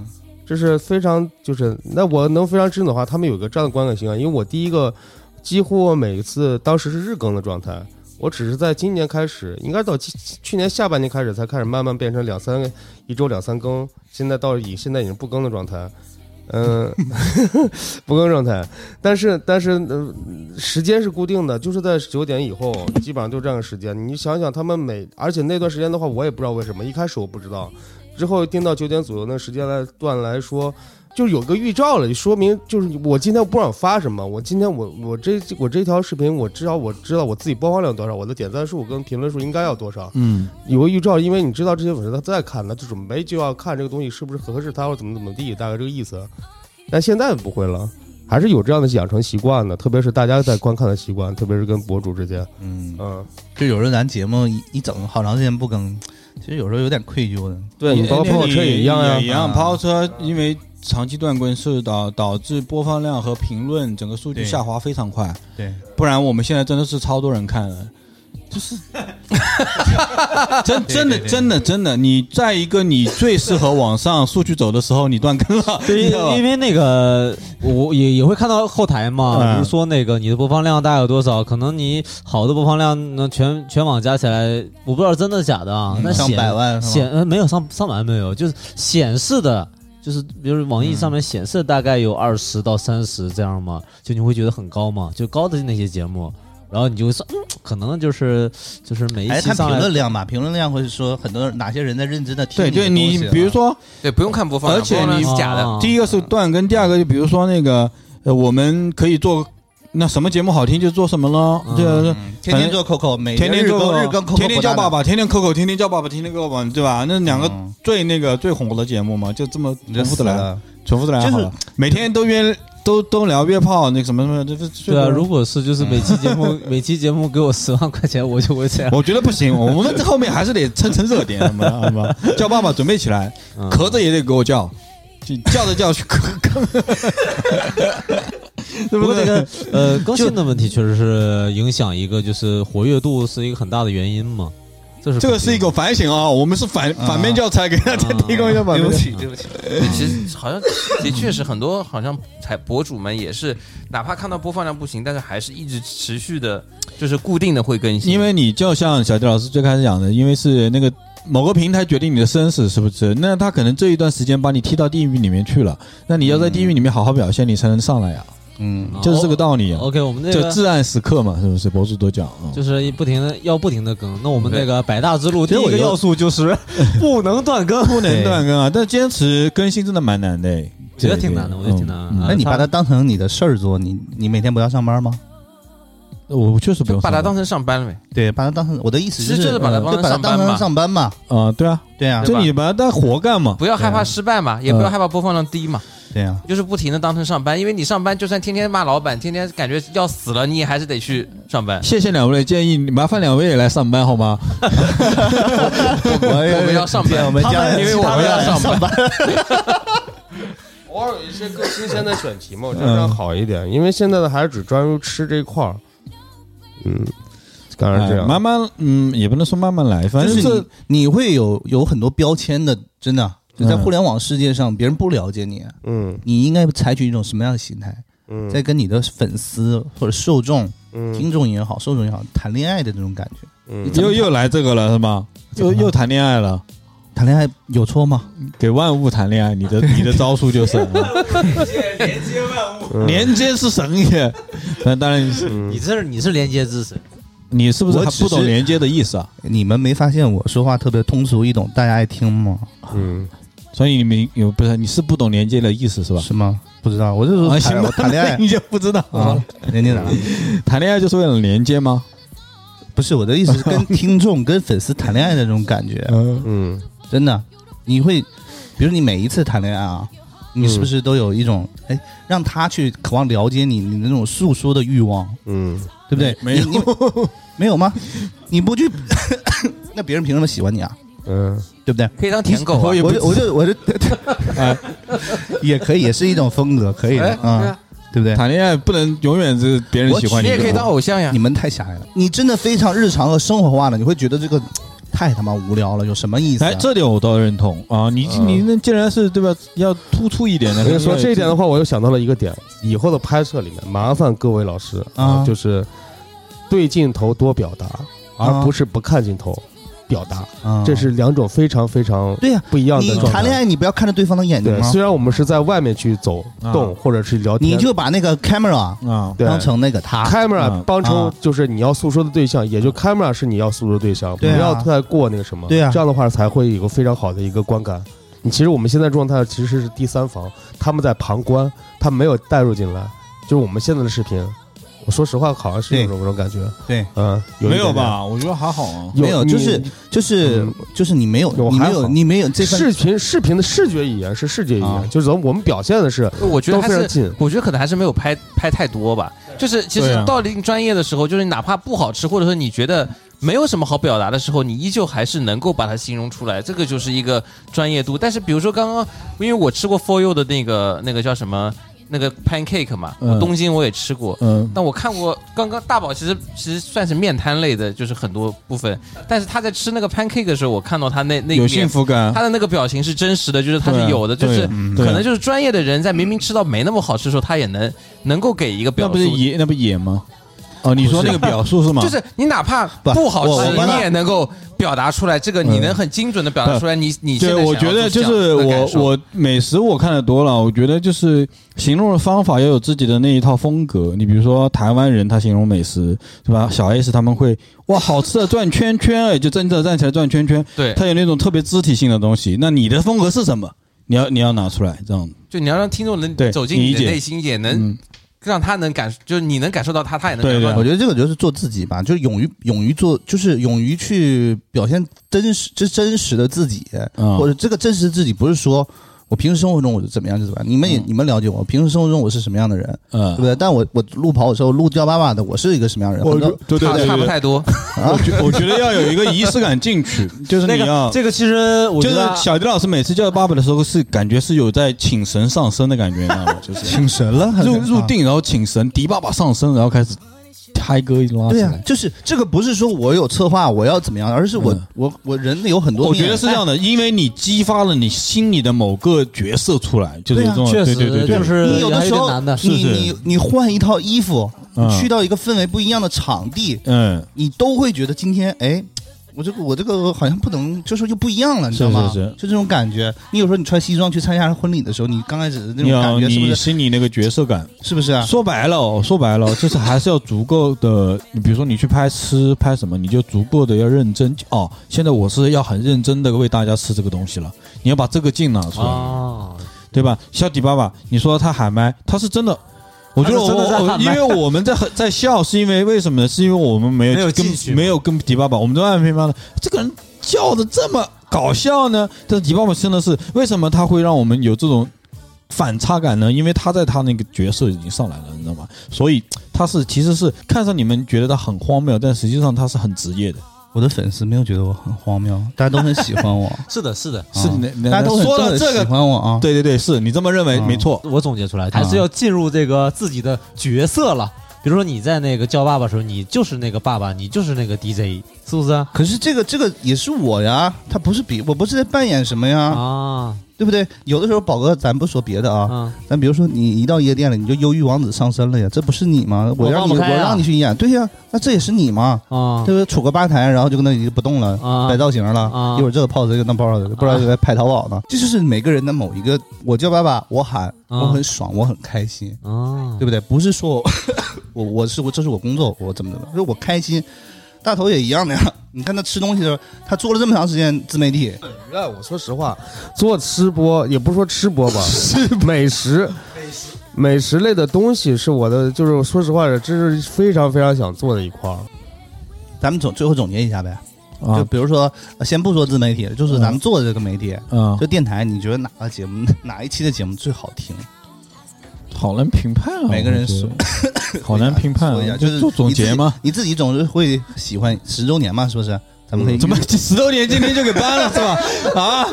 [SPEAKER 5] 这是非常就是那我能非常知道的话，他们有一个这样的观感性啊，因为我第一个几乎我每一次当时是日更的状态，我只是在今年开始，应该到去去年下半年开始才开始慢慢变成两三一周两三更，现在到已现在已经不更的状态，嗯、 不更状态，但是但是、呃、时间是固定的，就是在九点以后，基本上就这样的时间。你想想，他们每而且那段时间的话，我也不知道为什么，一开始我不知道，之后定到九点左右那时间来段来说，就是有个预兆了，就说明就是我今天不管发什么，我今天我我这我这条视频，我至少我知道我自己播放量多少，我的点赞数跟评论数应该要多少，
[SPEAKER 2] 嗯，
[SPEAKER 5] 有个预兆，因为你知道这些粉丝他在看，他就准备就要看这个东西是不是合适他或者怎么怎么地，大概这个意思。但现在不会了，还是有这样的养成习惯的，特别是大家在观看的习惯，特别是跟博主之间，
[SPEAKER 1] 嗯，
[SPEAKER 5] 嗯，
[SPEAKER 1] 就有时候咱节目一一整好长时间不更，其实有时候有点愧疚的。
[SPEAKER 2] 对
[SPEAKER 5] 你包括跑车也一样呀
[SPEAKER 2] 一样
[SPEAKER 1] 啊
[SPEAKER 2] 跑车因为长期断更是导导致播放量和评论整个数据
[SPEAKER 1] 对
[SPEAKER 2] 下滑非常快，
[SPEAKER 1] 对，
[SPEAKER 2] 不然我们现在真的是超多人看了。就是真真的
[SPEAKER 1] 对对
[SPEAKER 2] 真的真的，你在一个你最适合往上数据走的时候，你断更了，
[SPEAKER 3] 对，
[SPEAKER 2] 你
[SPEAKER 3] 因
[SPEAKER 2] 知道吧
[SPEAKER 3] 因为那个我也也会看到后台嘛，
[SPEAKER 2] 嗯
[SPEAKER 3] 比如说那个你的播放量大概有多少？可能你好的播放量那全全网加起来，我不知道真的假的啊。
[SPEAKER 2] 嗯
[SPEAKER 3] 那
[SPEAKER 1] 上
[SPEAKER 3] 显
[SPEAKER 1] 百万是
[SPEAKER 3] 显
[SPEAKER 1] 吧？
[SPEAKER 3] 呃没有上上百万没有，就是显示的，就是比如网易
[SPEAKER 2] 嗯
[SPEAKER 3] 上面显示大概有二十到三十这样嘛，就你会觉得很高嘛，就高的那些节目，然后你就会算，嗯，可能就是就是每一
[SPEAKER 2] 哎
[SPEAKER 1] 还是
[SPEAKER 3] 期
[SPEAKER 1] 哎看评
[SPEAKER 3] 上来
[SPEAKER 1] 论量吧，评论量会说很多哪些人在认真的听
[SPEAKER 2] 对对，
[SPEAKER 1] 你
[SPEAKER 2] 你
[SPEAKER 1] 的东西啊
[SPEAKER 2] 比如说
[SPEAKER 4] 对，不用看播放量，
[SPEAKER 2] 而且
[SPEAKER 4] 播放量
[SPEAKER 2] 你
[SPEAKER 4] 是假的，
[SPEAKER 3] 啊
[SPEAKER 2] 第一个是断更，第二个就比如说那个，呃，我们可以做那什么节目好听就做什么咯，啊
[SPEAKER 3] 嗯
[SPEAKER 2] 就是
[SPEAKER 1] 嗯天天做 Coco，每
[SPEAKER 2] 天天
[SPEAKER 1] 日
[SPEAKER 2] 做
[SPEAKER 1] 更
[SPEAKER 2] Coco，
[SPEAKER 1] 日更 Coco，
[SPEAKER 2] 天天叫爸
[SPEAKER 1] 爸，
[SPEAKER 2] 爸，天天 Coco，天天叫爸爸，天天 Coco，对吧？那两个
[SPEAKER 1] 嗯
[SPEAKER 2] 最那个最红的节目嘛，就这么
[SPEAKER 1] 你
[SPEAKER 2] 重
[SPEAKER 1] 就
[SPEAKER 2] 复
[SPEAKER 1] 死
[SPEAKER 2] 的来，
[SPEAKER 1] 了。
[SPEAKER 2] 重复的来
[SPEAKER 1] 就是
[SPEAKER 2] 好了。每天都约都都聊约炮，那个什么什么，这这这
[SPEAKER 3] 对啊，如果是就是每期节目每期节目给我十万块钱，我就会这样。
[SPEAKER 2] 我觉得不行，我们这后面还是得蹭蹭热点，什么的，好吧？叫爸爸准备起来，咳着也得给我叫，就叫着叫去 咳咳，
[SPEAKER 3] 不
[SPEAKER 2] 对不
[SPEAKER 3] 过
[SPEAKER 2] 对
[SPEAKER 3] 这？个 呃更新的问题确实是影响一个就是活跃度是一个很大的原因嘛，这是
[SPEAKER 2] 这个是一个反省啊，我们是反
[SPEAKER 1] 啊
[SPEAKER 2] 反面教材，给大家提供一下反面。
[SPEAKER 1] 起，对不起，
[SPEAKER 4] 其实好像的确是很多，好像才博主们也是，哪怕看到播放量不行，但是还是一直持续的，就是固定的会更新。
[SPEAKER 2] 因为你就像小迪老师最开始讲的，因为是那个某个平台决定你的生死，是不是？那他可能这一段时间把你踢到地狱里面去了，那你要在地狱里面好好表现，你才能上来呀、
[SPEAKER 1] 嗯，
[SPEAKER 3] 啊
[SPEAKER 2] 就是这个道理啊。
[SPEAKER 3] OK，我们那
[SPEAKER 2] 就
[SPEAKER 3] 个
[SPEAKER 2] 至暗时刻嘛，是不是？博主都讲啊，嗯
[SPEAKER 3] 就是一不停的要不停的更。那我们
[SPEAKER 4] 对
[SPEAKER 3] 那个百大之路第
[SPEAKER 2] 其实
[SPEAKER 3] 一
[SPEAKER 2] 我
[SPEAKER 3] 个
[SPEAKER 2] 觉得
[SPEAKER 3] 要素就是 不能断更，不
[SPEAKER 2] 不能断。更啊，但坚持更新真的蛮难的。嗯我
[SPEAKER 3] 觉得挺难的我觉得挺难的啊
[SPEAKER 1] 那你把它当成你的事儿做，你你每天不要上班吗？
[SPEAKER 2] 我确实不
[SPEAKER 4] 就
[SPEAKER 2] 用
[SPEAKER 4] 把
[SPEAKER 2] 上
[SPEAKER 4] 它
[SPEAKER 2] 班
[SPEAKER 4] 当成上班了呗。
[SPEAKER 1] 对，把它当成我的意思
[SPEAKER 4] 其实
[SPEAKER 1] 是
[SPEAKER 4] 就是把它
[SPEAKER 1] 嗯
[SPEAKER 4] 当
[SPEAKER 1] 就
[SPEAKER 4] 成
[SPEAKER 1] 把它
[SPEAKER 4] 上班
[SPEAKER 1] 当
[SPEAKER 4] 嘛
[SPEAKER 1] 成上班嘛，
[SPEAKER 2] 啊、对啊，
[SPEAKER 1] 对呀
[SPEAKER 4] 对，
[SPEAKER 2] 就你把它当活干嘛，。
[SPEAKER 4] 不要害怕失败嘛，也不要害怕播放量低嘛，
[SPEAKER 1] 对啊呀，
[SPEAKER 4] 就是不停的当成上班，因为你上班就算天天骂老板，天天感觉要死了，你也还是得去上 班
[SPEAKER 2] 谢谢两位的建议，麻烦两位也来上班好吗？
[SPEAKER 4] 我们要上班，
[SPEAKER 1] 我们
[SPEAKER 4] 因为我们要上班。
[SPEAKER 5] 偶尔有一些更新鲜的选题
[SPEAKER 1] 嗯
[SPEAKER 5] 嘛，我觉得这样好一点，因为现在的还是只专注吃这一块儿，嗯，当然这样，
[SPEAKER 2] 哎慢慢，嗯，也不能说慢慢来，反
[SPEAKER 1] 就
[SPEAKER 2] 正
[SPEAKER 1] 是
[SPEAKER 2] 这
[SPEAKER 1] 你你会有有很多标签的，真的就在
[SPEAKER 2] 嗯
[SPEAKER 1] 互联网世界上，别人不了解你，
[SPEAKER 5] 嗯
[SPEAKER 1] 你应该采取一种什么样的心态，
[SPEAKER 5] 嗯，
[SPEAKER 1] 在跟你的粉丝或者受众、
[SPEAKER 5] 嗯
[SPEAKER 1] 听众也好、受众也好谈恋爱的这种感觉。
[SPEAKER 5] 嗯
[SPEAKER 2] 又又来这个了是吗？又又谈恋爱了，
[SPEAKER 1] 谈恋爱有错吗？
[SPEAKER 2] 给万物谈恋爱，你的你的招数就是、啊、
[SPEAKER 5] 嗯
[SPEAKER 2] 连接是神也。但当然，
[SPEAKER 5] 嗯
[SPEAKER 3] 你这是你是连接知识，
[SPEAKER 2] 你是不是
[SPEAKER 1] 我
[SPEAKER 2] 还
[SPEAKER 1] 只是
[SPEAKER 2] 不懂连接的意思啊？
[SPEAKER 1] 你们没发现我说话特别通俗易懂，大家爱听吗？
[SPEAKER 5] 嗯，
[SPEAKER 2] 所以你们有不是你是不懂连接的意思是吧？
[SPEAKER 1] 是吗？不知道，我就说
[SPEAKER 2] 啊，行
[SPEAKER 1] 谈
[SPEAKER 2] 吧
[SPEAKER 1] 我，谈恋
[SPEAKER 2] 那
[SPEAKER 1] 爱
[SPEAKER 2] 你就不知道
[SPEAKER 1] 啊
[SPEAKER 2] 啊。，
[SPEAKER 1] 人家哪？
[SPEAKER 2] 谈恋爱就是为了连接吗？
[SPEAKER 1] 不是我的意思是跟听众、跟粉丝谈恋爱的这种感觉，
[SPEAKER 2] 嗯，
[SPEAKER 5] 嗯
[SPEAKER 1] 真的，你会，比如你每一次谈恋爱啊，你是不是都有一种哎，让他去渴望了解你，你那种诉说的欲望，
[SPEAKER 5] 嗯
[SPEAKER 1] 对不对？
[SPEAKER 2] 没有
[SPEAKER 1] 你你 没有吗？你不去， 那别人凭什么喜欢你啊？
[SPEAKER 5] 嗯
[SPEAKER 1] 对不对？
[SPEAKER 4] 可以当舔狗啊，
[SPEAKER 1] 我就我就我就， 哎也可以，也是一种风格，可以的
[SPEAKER 4] 哎，对
[SPEAKER 1] 啊
[SPEAKER 4] 啊，，
[SPEAKER 1] 对不对？
[SPEAKER 2] 谈恋爱不能永远是别人喜欢
[SPEAKER 4] 你
[SPEAKER 2] 你的。
[SPEAKER 4] 也可以当偶像呀
[SPEAKER 1] 你。们太狭隘了，你真的非常日常和生活化了，你会觉得这个太他妈无聊了，有什么意思啊？
[SPEAKER 2] 哎，这点我倒认同啊！你
[SPEAKER 5] 嗯
[SPEAKER 2] 你那既然是对吧，要突出一点的。
[SPEAKER 5] 我跟你说
[SPEAKER 2] 要
[SPEAKER 5] 这一点的话，我又想到了一个点，以后的拍摄里面，麻烦各位老师
[SPEAKER 1] 啊
[SPEAKER 5] 就是对镜头多表达，而不是不看镜头表达，
[SPEAKER 1] 啊
[SPEAKER 5] 这是两种非常非常
[SPEAKER 1] 对呀
[SPEAKER 5] 不一样的
[SPEAKER 1] 你
[SPEAKER 5] 状态。
[SPEAKER 1] 谈恋爱，你不要看着对方的眼睛啊
[SPEAKER 5] 对，
[SPEAKER 1] 吗？
[SPEAKER 5] 虽然我们是在外面去走
[SPEAKER 2] 啊
[SPEAKER 5] 动或者是聊天，
[SPEAKER 1] 你就把那个 camera
[SPEAKER 2] 啊，
[SPEAKER 5] 对
[SPEAKER 1] 当成那个他，
[SPEAKER 5] camera
[SPEAKER 2] 啊
[SPEAKER 5] 帮成
[SPEAKER 1] 啊
[SPEAKER 5] 就是你要诉说的对象，也就 camera 是你要诉说的对象，不
[SPEAKER 1] 嗯对啊
[SPEAKER 5] 要太过那个什么，
[SPEAKER 1] 对啊
[SPEAKER 5] 这样的话才会有一个非常好的一个观感。你其实我们现在状态其实是第三方，他们在旁观，他没有带入进来，就是我们现在的视频。我说实话，好像是有种有种感觉，
[SPEAKER 1] 对，
[SPEAKER 5] 嗯，有一
[SPEAKER 2] 没有
[SPEAKER 5] 点点？
[SPEAKER 2] 吧？我觉得还好啊。
[SPEAKER 5] 有
[SPEAKER 1] 没有
[SPEAKER 5] 你
[SPEAKER 1] 就是就是
[SPEAKER 5] 嗯
[SPEAKER 1] 就是你没有
[SPEAKER 5] 有
[SPEAKER 1] 你没
[SPEAKER 5] 还好
[SPEAKER 1] 有你没有这份
[SPEAKER 5] 视频视频的视觉语言是视觉语
[SPEAKER 1] 啊
[SPEAKER 5] 言，就是我们表现的是
[SPEAKER 4] 我觉
[SPEAKER 5] 都
[SPEAKER 4] 得还
[SPEAKER 5] 非常
[SPEAKER 4] 是，
[SPEAKER 5] 近。
[SPEAKER 4] 我觉得可能还是没有拍拍太多吧。就是其
[SPEAKER 2] 对
[SPEAKER 4] 实
[SPEAKER 2] 啊
[SPEAKER 4] 到了一定专业的时候，就是哪怕不好吃，或者说你觉得没有什么好表达的时候，你依旧还是能够把它形容出来，这个就是一个专业度。但是比如说刚刚，因为我吃过 For You 的那个那个叫什么那个 pancake 嘛，
[SPEAKER 2] 嗯
[SPEAKER 4] 我东京我也吃过，
[SPEAKER 2] 嗯，
[SPEAKER 4] 但我看过刚刚大宝其实其实算是面摊类的，就是很多部分。但是他在吃那个 pancake 的时候，我看到他那那
[SPEAKER 2] 有
[SPEAKER 4] 一
[SPEAKER 2] 幸
[SPEAKER 4] 面，
[SPEAKER 2] 福感
[SPEAKER 4] 他。的那个表情是真实的，就是他
[SPEAKER 2] 啊对啊
[SPEAKER 4] 是有的，就
[SPEAKER 2] 对
[SPEAKER 4] 是
[SPEAKER 1] 嗯
[SPEAKER 2] 对啊
[SPEAKER 4] 可能就是专业的人在明明吃到没那么好吃的时候，他也能能够给一个
[SPEAKER 2] 那
[SPEAKER 4] 表
[SPEAKER 2] 不
[SPEAKER 4] 述
[SPEAKER 2] 是。野那不野吗？哦，你说
[SPEAKER 1] 不
[SPEAKER 2] 那
[SPEAKER 1] 是
[SPEAKER 2] 个表述是吗？
[SPEAKER 4] 就是你哪怕
[SPEAKER 1] 不
[SPEAKER 4] 不好
[SPEAKER 1] 我
[SPEAKER 4] 吃
[SPEAKER 1] 我，帮他
[SPEAKER 4] 你也能够表达出来，这个
[SPEAKER 2] 嗯
[SPEAKER 4] 你能很精准的表达出来。你你现
[SPEAKER 2] 对，
[SPEAKER 4] 在
[SPEAKER 2] 我
[SPEAKER 4] 想
[SPEAKER 2] 觉
[SPEAKER 4] 要
[SPEAKER 2] 得就
[SPEAKER 4] 去讲
[SPEAKER 2] 是
[SPEAKER 4] 的
[SPEAKER 2] 我
[SPEAKER 4] 感受
[SPEAKER 2] 我美食我看的多了，我觉得就是形容的方法要有自己的那一套风格。你比如说台湾人他形容美食对吧？小 S 他们会哇好吃的转圈圈，哎，就真的站起来转圈圈，
[SPEAKER 4] 对，
[SPEAKER 2] 他有那种特别肢体性的东西。那你的风格是什么？你要你要拿出来这样。
[SPEAKER 4] 就你要让听众能
[SPEAKER 2] 对
[SPEAKER 4] 走进
[SPEAKER 2] 理
[SPEAKER 4] 你的
[SPEAKER 2] 解
[SPEAKER 4] 内心，也能
[SPEAKER 2] 嗯，
[SPEAKER 4] 让他能感，就是你能感受到他，他也能
[SPEAKER 2] 对
[SPEAKER 4] 感受
[SPEAKER 2] 对
[SPEAKER 4] 到
[SPEAKER 1] 我觉得这个就是做自己吧，就勇于勇于做，就是勇于去表现真实，这真实的自己，
[SPEAKER 2] 嗯
[SPEAKER 1] 或者这个真实的自己不是说我平时生活中我是怎么样就怎么样，你们也、
[SPEAKER 2] 嗯
[SPEAKER 1] 你们了解我，我平时生活中我是什么样的人，对不
[SPEAKER 2] 嗯，
[SPEAKER 1] 对？但我我录跑的时候录叫爸爸的，我是一个什么样的人？
[SPEAKER 2] 我
[SPEAKER 1] 很多
[SPEAKER 2] 对对
[SPEAKER 4] 差
[SPEAKER 2] 对
[SPEAKER 4] 差不
[SPEAKER 2] 对，
[SPEAKER 4] 太多。
[SPEAKER 2] 我觉我觉得要有一个仪式感进去，就是
[SPEAKER 3] 那
[SPEAKER 2] 你
[SPEAKER 3] 个
[SPEAKER 2] 要。
[SPEAKER 3] 这个其实我觉
[SPEAKER 2] 就是
[SPEAKER 3] 得
[SPEAKER 2] 小迪老师每次叫爸爸的时候，是感觉是有在请神上身的感觉，你知道吗？就是
[SPEAKER 1] 请神了，还是
[SPEAKER 2] 入入。定，然后请神，迪爸爸上身，然后开始嗨歌拉
[SPEAKER 1] 对
[SPEAKER 2] 起
[SPEAKER 1] 呀、
[SPEAKER 2] 来。
[SPEAKER 1] 就是这个不是说我有策划我要怎么样，而是我、
[SPEAKER 2] 嗯
[SPEAKER 1] 我我人有很多
[SPEAKER 2] 我
[SPEAKER 1] 面
[SPEAKER 2] 觉得是这样的，因为你激发了你心里的某个角色出来，就是
[SPEAKER 1] 对
[SPEAKER 2] 这
[SPEAKER 1] 啊
[SPEAKER 2] 种，
[SPEAKER 3] 确
[SPEAKER 2] 对
[SPEAKER 3] 实
[SPEAKER 2] 对对
[SPEAKER 3] 就
[SPEAKER 2] 对，
[SPEAKER 3] 是
[SPEAKER 1] 你有的
[SPEAKER 3] 还
[SPEAKER 1] 时
[SPEAKER 3] 点
[SPEAKER 1] 候
[SPEAKER 3] 难的，
[SPEAKER 1] 你
[SPEAKER 2] 是
[SPEAKER 1] 你你换一套衣服，
[SPEAKER 2] 嗯
[SPEAKER 1] 你去到一个氛围不一样的场地，
[SPEAKER 2] 嗯，
[SPEAKER 1] 你都会觉得今天哎，我这个我这个好像不能，就是又不一样了，你知道吗？
[SPEAKER 2] 是是是
[SPEAKER 1] 就这种感觉。你有时候你穿西装去参加婚礼的时候，你刚开始的那
[SPEAKER 2] 你
[SPEAKER 1] 种
[SPEAKER 2] 要
[SPEAKER 1] 感觉是不
[SPEAKER 2] 你
[SPEAKER 1] 是？
[SPEAKER 2] 心里那个角色感。
[SPEAKER 1] 是不是啊？
[SPEAKER 2] 说白了哦，说白了，就是还是要足够的，你比如说你去拍吃拍什么，你就足够的要认真哦。现在我是要很认真的为大家吃这个东西了，你要把这个劲拿出来。
[SPEAKER 3] 啊，
[SPEAKER 2] 对吧？小迪爸爸，你说他喊麦，他是真的。我觉得我
[SPEAKER 3] 他是真的在
[SPEAKER 2] 我
[SPEAKER 3] 喊
[SPEAKER 2] 因
[SPEAKER 3] 麦
[SPEAKER 2] 为我们在很 在笑，是因为为什么呢？是因为我们没有
[SPEAKER 3] 没有
[SPEAKER 2] 跟
[SPEAKER 3] 进去
[SPEAKER 2] 没有跟迪爸爸，我们都暗评判的这个人叫的这么搞笑呢。但是迪爸爸真的是为什么他会让我们有这种反差感呢？因为他在他那个角色已经上来了，你知道吗？所以他是其实是看上你们觉得他很荒谬，但实际上他是很职业的。
[SPEAKER 1] 我的粉丝没有觉得我很荒谬，大家都很喜欢 我，
[SPEAKER 3] 是的，是的，
[SPEAKER 2] 是
[SPEAKER 1] 啊
[SPEAKER 2] 你你
[SPEAKER 1] 大家都很
[SPEAKER 2] 说
[SPEAKER 1] 都
[SPEAKER 2] 了
[SPEAKER 1] 很
[SPEAKER 2] 这
[SPEAKER 1] 喜
[SPEAKER 2] 个，
[SPEAKER 1] 欢我啊。
[SPEAKER 2] 对对对，是你这么认为、
[SPEAKER 1] 嗯
[SPEAKER 2] 没错。
[SPEAKER 3] 我总结出来还
[SPEAKER 2] 啊
[SPEAKER 3] 是要进入这个自己的角色了。比如说你在那个叫爸爸的时候，你就是那个爸爸，你就是那个 DJ，是不是啊？
[SPEAKER 1] 可是这个这个也是我呀，他不是比我不是在扮演什么呀，
[SPEAKER 3] 啊
[SPEAKER 1] 对不对？有的时候宝哥，咱不说别的啊，
[SPEAKER 3] 啊
[SPEAKER 1] 咱比如说你一到夜店了，你就忧郁王子上身了呀，这不是你吗？我
[SPEAKER 3] 我
[SPEAKER 1] 让
[SPEAKER 3] 放
[SPEAKER 1] 你
[SPEAKER 3] 不
[SPEAKER 1] 我
[SPEAKER 3] 开啊
[SPEAKER 1] 让你去演，对呀，那这也是你吗？
[SPEAKER 3] 啊
[SPEAKER 1] 对不对？杵个吧台，然后就跟那里就不动了，
[SPEAKER 3] 啊
[SPEAKER 1] 摆造型了，
[SPEAKER 3] 啊
[SPEAKER 1] 一会儿这个 pose 一个那 pose，不知道在拍淘宝呢。这就是每个人的某一个，我叫爸爸，我喊，
[SPEAKER 3] 啊
[SPEAKER 1] 我很爽，我很开心，
[SPEAKER 3] 啊！
[SPEAKER 1] 对不对？不是说 我我我是我这是我工作，我怎么怎么，就是我开心。大头也一样的呀，你看他吃东西的时候，他做了这么长时间自媒体，
[SPEAKER 5] 那哎我说实话，做吃播也不是说吃播吧，是美食，美食类的东西是我的，就是说实话，这是非常非常想做的一块儿。
[SPEAKER 1] 咱们总最后总结一下呗，
[SPEAKER 2] 啊
[SPEAKER 1] 就比如说，呃先不说自媒体，就是咱们做的这个媒体，
[SPEAKER 2] 嗯，
[SPEAKER 1] 就电台，你觉得哪个节目 哪一期的节目最好听？
[SPEAKER 2] 好难评判啊，
[SPEAKER 1] 每个人
[SPEAKER 2] 我觉得 好难评判
[SPEAKER 1] 说一下
[SPEAKER 2] 啊，
[SPEAKER 1] 就是
[SPEAKER 2] 做总结嘛。
[SPEAKER 1] 你自己总是会喜欢十周年嘛，是不是？咱们可以
[SPEAKER 2] 嗯怎么十周年今天就给搬了是吧？啊，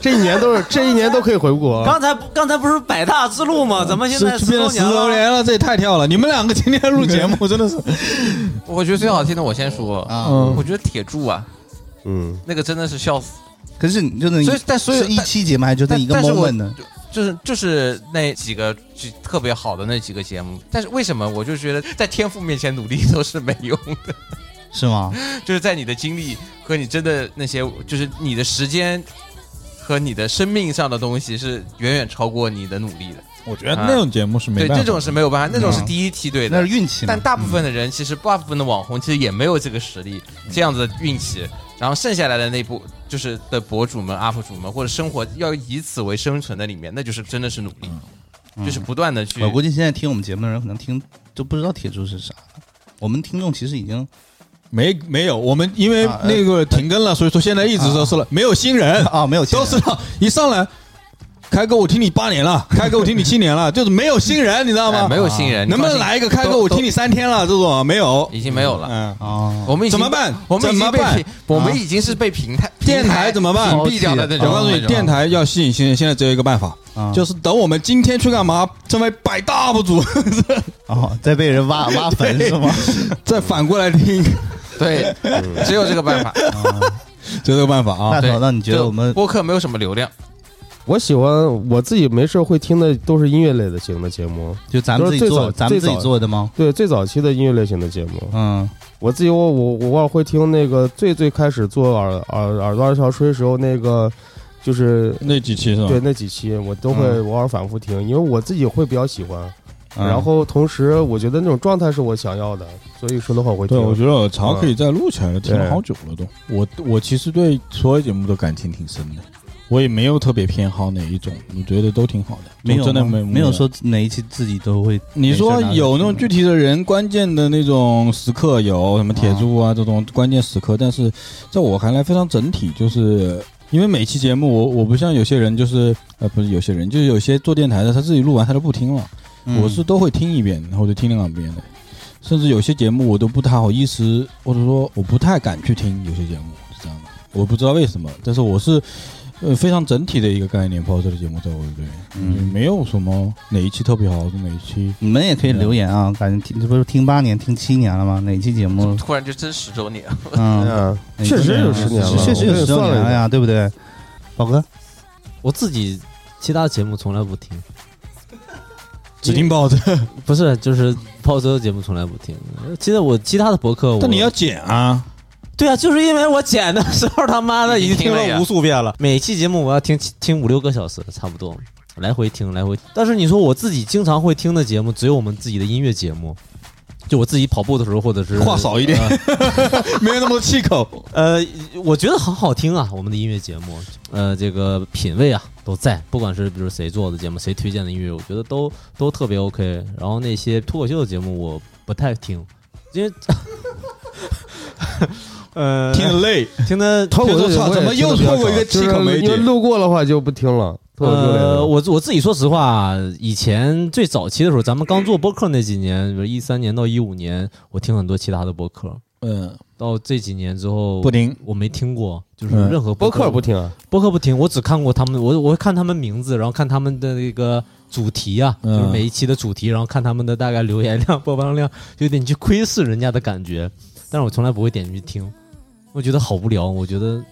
[SPEAKER 5] 这一年都是这一年都可以回顾啊。
[SPEAKER 3] 刚才不刚才不是百大之路吗？怎么现在
[SPEAKER 2] 这变成十周
[SPEAKER 3] 了？
[SPEAKER 2] 年了，这也太跳了！你们两个今天录节目真的是，
[SPEAKER 4] 我觉得最好听的，我先说，
[SPEAKER 1] 啊？
[SPEAKER 2] 嗯
[SPEAKER 4] 我觉得铁柱啊，
[SPEAKER 5] 嗯，
[SPEAKER 4] 那个真的是笑死。
[SPEAKER 1] 可是你就那一
[SPEAKER 4] 所以，但所
[SPEAKER 1] 是
[SPEAKER 4] 以
[SPEAKER 1] 一
[SPEAKER 4] 但
[SPEAKER 1] 期节目还就那一个
[SPEAKER 4] 但但是我
[SPEAKER 1] moment 呢？
[SPEAKER 4] 就是就是那几个就特别好的那几个节目，但是为什么我就觉得在天赋面前努力 都是没用的？
[SPEAKER 1] 是吗？
[SPEAKER 4] 就是在你的经历和你真的那些，就是你的时间和你的生命上的东西是远远超过你的努力的。
[SPEAKER 2] 我觉得那种节目是没
[SPEAKER 4] 对，
[SPEAKER 2] 办
[SPEAKER 4] 这
[SPEAKER 2] 法。
[SPEAKER 4] 种是没有办法，那种是
[SPEAKER 1] 嗯
[SPEAKER 4] 第一梯队
[SPEAKER 1] 那
[SPEAKER 4] 的
[SPEAKER 1] 是。运气嘛。
[SPEAKER 2] 嗯
[SPEAKER 4] 但大部分的人，其实大部分的网红其实也没有这个实力，这样子的运气。然后剩下来的那部就是的博主们、UP 主们或者生活要以此为生存的里面，那就是真的是努力，
[SPEAKER 2] 嗯
[SPEAKER 4] 就是不断的去。啊
[SPEAKER 1] 我估计现在听我们节目的人可能听都不知道铁柱是啥了。我们听众其实已经
[SPEAKER 2] 没没有，我们因为
[SPEAKER 1] 啊呃
[SPEAKER 2] 那个停更了，所以说现在一直都是了，没有啊新人
[SPEAKER 1] 啊没有新
[SPEAKER 2] 都
[SPEAKER 1] 人
[SPEAKER 2] 是了一上来，开哥我听你八年 了，开哥我听你七年了，就是没有新人，你知道
[SPEAKER 4] 哎
[SPEAKER 2] 吗？
[SPEAKER 4] 没有新人，
[SPEAKER 2] 啊能不能
[SPEAKER 4] 你放心
[SPEAKER 2] 来一个开哥
[SPEAKER 4] 都
[SPEAKER 2] 我听你三天了这种没有
[SPEAKER 4] 都？已经没有了。
[SPEAKER 2] 嗯，
[SPEAKER 1] 啊，
[SPEAKER 4] 我们已经
[SPEAKER 2] 怎么办
[SPEAKER 4] 我们已经
[SPEAKER 2] 怎
[SPEAKER 4] 被
[SPEAKER 2] 么办啊
[SPEAKER 4] 屏我们已经是被平台
[SPEAKER 2] 电台
[SPEAKER 4] 平
[SPEAKER 2] 怎么办
[SPEAKER 4] 屏蔽掉的那
[SPEAKER 2] 我
[SPEAKER 4] 种。
[SPEAKER 2] 告诉你，电台要吸引新人，现在只有一个办法，
[SPEAKER 1] 啊
[SPEAKER 2] 就是等我们今天去干嘛，成为百大 UP 主，
[SPEAKER 1] 哦，在被人挖挖坟是吗？
[SPEAKER 2] 再反过来听，
[SPEAKER 4] 对，
[SPEAKER 2] 嗯
[SPEAKER 4] 只有这个办法。
[SPEAKER 2] 只有这个办法啊
[SPEAKER 1] 那。
[SPEAKER 4] 对，
[SPEAKER 1] 那你觉得
[SPEAKER 4] 就
[SPEAKER 1] 我们
[SPEAKER 4] 播客没有什么流量？
[SPEAKER 5] 我喜欢我自己没事会听的都是音乐类的型的节目，
[SPEAKER 1] 就咱们自己
[SPEAKER 5] 就是最
[SPEAKER 1] 做，
[SPEAKER 5] 早
[SPEAKER 1] 咱们自
[SPEAKER 5] 最
[SPEAKER 1] 己
[SPEAKER 5] 早
[SPEAKER 1] 做的吗？
[SPEAKER 5] 对最早期的音乐类型的节目，
[SPEAKER 1] 嗯，
[SPEAKER 5] 我自己我我我偶尔会听那个最最开始做耳耳耳朵二条吹时候那个，就是
[SPEAKER 2] 那几期是吧？
[SPEAKER 5] 对那几期我都会
[SPEAKER 2] 嗯
[SPEAKER 5] 偶尔反复听，因为我自己会比较喜欢，
[SPEAKER 1] 嗯
[SPEAKER 5] 然后同时我觉得那种状态是我想要的，所以说的话我会
[SPEAKER 2] 对，我
[SPEAKER 5] 听。
[SPEAKER 2] 觉得我槽可以再录起来了，听了好久了都。我我其实对所有节目都感情挺深的，我也没有特别偏好哪一种，我觉得都挺好的。
[SPEAKER 1] 没有
[SPEAKER 2] 我真的
[SPEAKER 1] 吗
[SPEAKER 2] 没
[SPEAKER 1] 没有说哪一期自己都会
[SPEAKER 2] 你说有那种具体的人关键的那种时刻有什么铁柱啊这种关键时刻，但是在我看来非常整体，就是因为每期节目我我不像有些人就是呃不是有些人就是有些做电台的他自己录完他就不听了，
[SPEAKER 1] 嗯
[SPEAKER 2] 我是都会听一遍，然后就听两遍的，甚至有些节目我都不太好意思，或者说我不太敢去听有些节目是这样的，我不知道为什么，但是我是。呃，非常整体的一个概念抛出的节目，在我这边，嗯，没有什么哪一期特别好，哪一期
[SPEAKER 1] 你们也可以留言啊，感觉听这不是听八年、听七年了吗？哪期节
[SPEAKER 2] 嗯
[SPEAKER 1] 目？
[SPEAKER 4] 突然就真十周年，
[SPEAKER 1] 嗯，
[SPEAKER 5] 嗯，
[SPEAKER 1] 哪期
[SPEAKER 5] 确实
[SPEAKER 1] 节目
[SPEAKER 5] 有十年了，
[SPEAKER 1] 确实有十周年了呀，对不对？宝
[SPEAKER 4] 呃
[SPEAKER 1] 哥，
[SPEAKER 3] 我自己其他节目从来不听，
[SPEAKER 2] 指定爆炸。
[SPEAKER 3] 不是就是泡车节目从来不听。其实我其他的博客我，
[SPEAKER 2] 但你要剪啊，
[SPEAKER 3] 对啊，就是因为我剪的时候他妈的已经
[SPEAKER 4] 听
[SPEAKER 3] 听
[SPEAKER 4] 了呀
[SPEAKER 3] 了无数遍了，每期节目我要听听五六个小时差不多，来回听来回。但是你说我自己经常会听的节目，只有我们自己的音乐节目。就我自己跑步的时候，或者是
[SPEAKER 2] 话少一点，没有那么多气口。
[SPEAKER 3] 呃，我觉得很好听啊，我们的音乐节目，呃，这个品味啊都在，不管是比如谁做的节目，谁推荐的音乐，我觉得都都特别 OK。然后那些脱口秀的节目我不太听，因 为呃
[SPEAKER 2] 听得累，
[SPEAKER 3] 听呃的
[SPEAKER 5] 脱口秀
[SPEAKER 2] 操怎么又错过一个气口没
[SPEAKER 5] 因为
[SPEAKER 2] 剪？
[SPEAKER 5] 路过的话就不听了。脱口秀类
[SPEAKER 3] 呃，
[SPEAKER 5] 的
[SPEAKER 3] 我我自己说实话，以前最早期的时候，咱们刚做播客那几年，比如一三年到一五年，我听很多其他的播客。
[SPEAKER 2] 嗯，
[SPEAKER 3] 到这几年之后，
[SPEAKER 2] 不听
[SPEAKER 3] 我没听过，就是
[SPEAKER 2] 嗯
[SPEAKER 3] 任何
[SPEAKER 5] 播
[SPEAKER 3] 客
[SPEAKER 5] 客不听啊，
[SPEAKER 3] 播客不听，我只看过他们，我我会看他们名字，然后看他们的那个主题啊，
[SPEAKER 2] 嗯
[SPEAKER 3] 就是每一期的主题，然后看他们的大概留言量、播放量，有点去窥视人家的感觉。但是我从来不会点进去听，我觉得好无聊，我觉得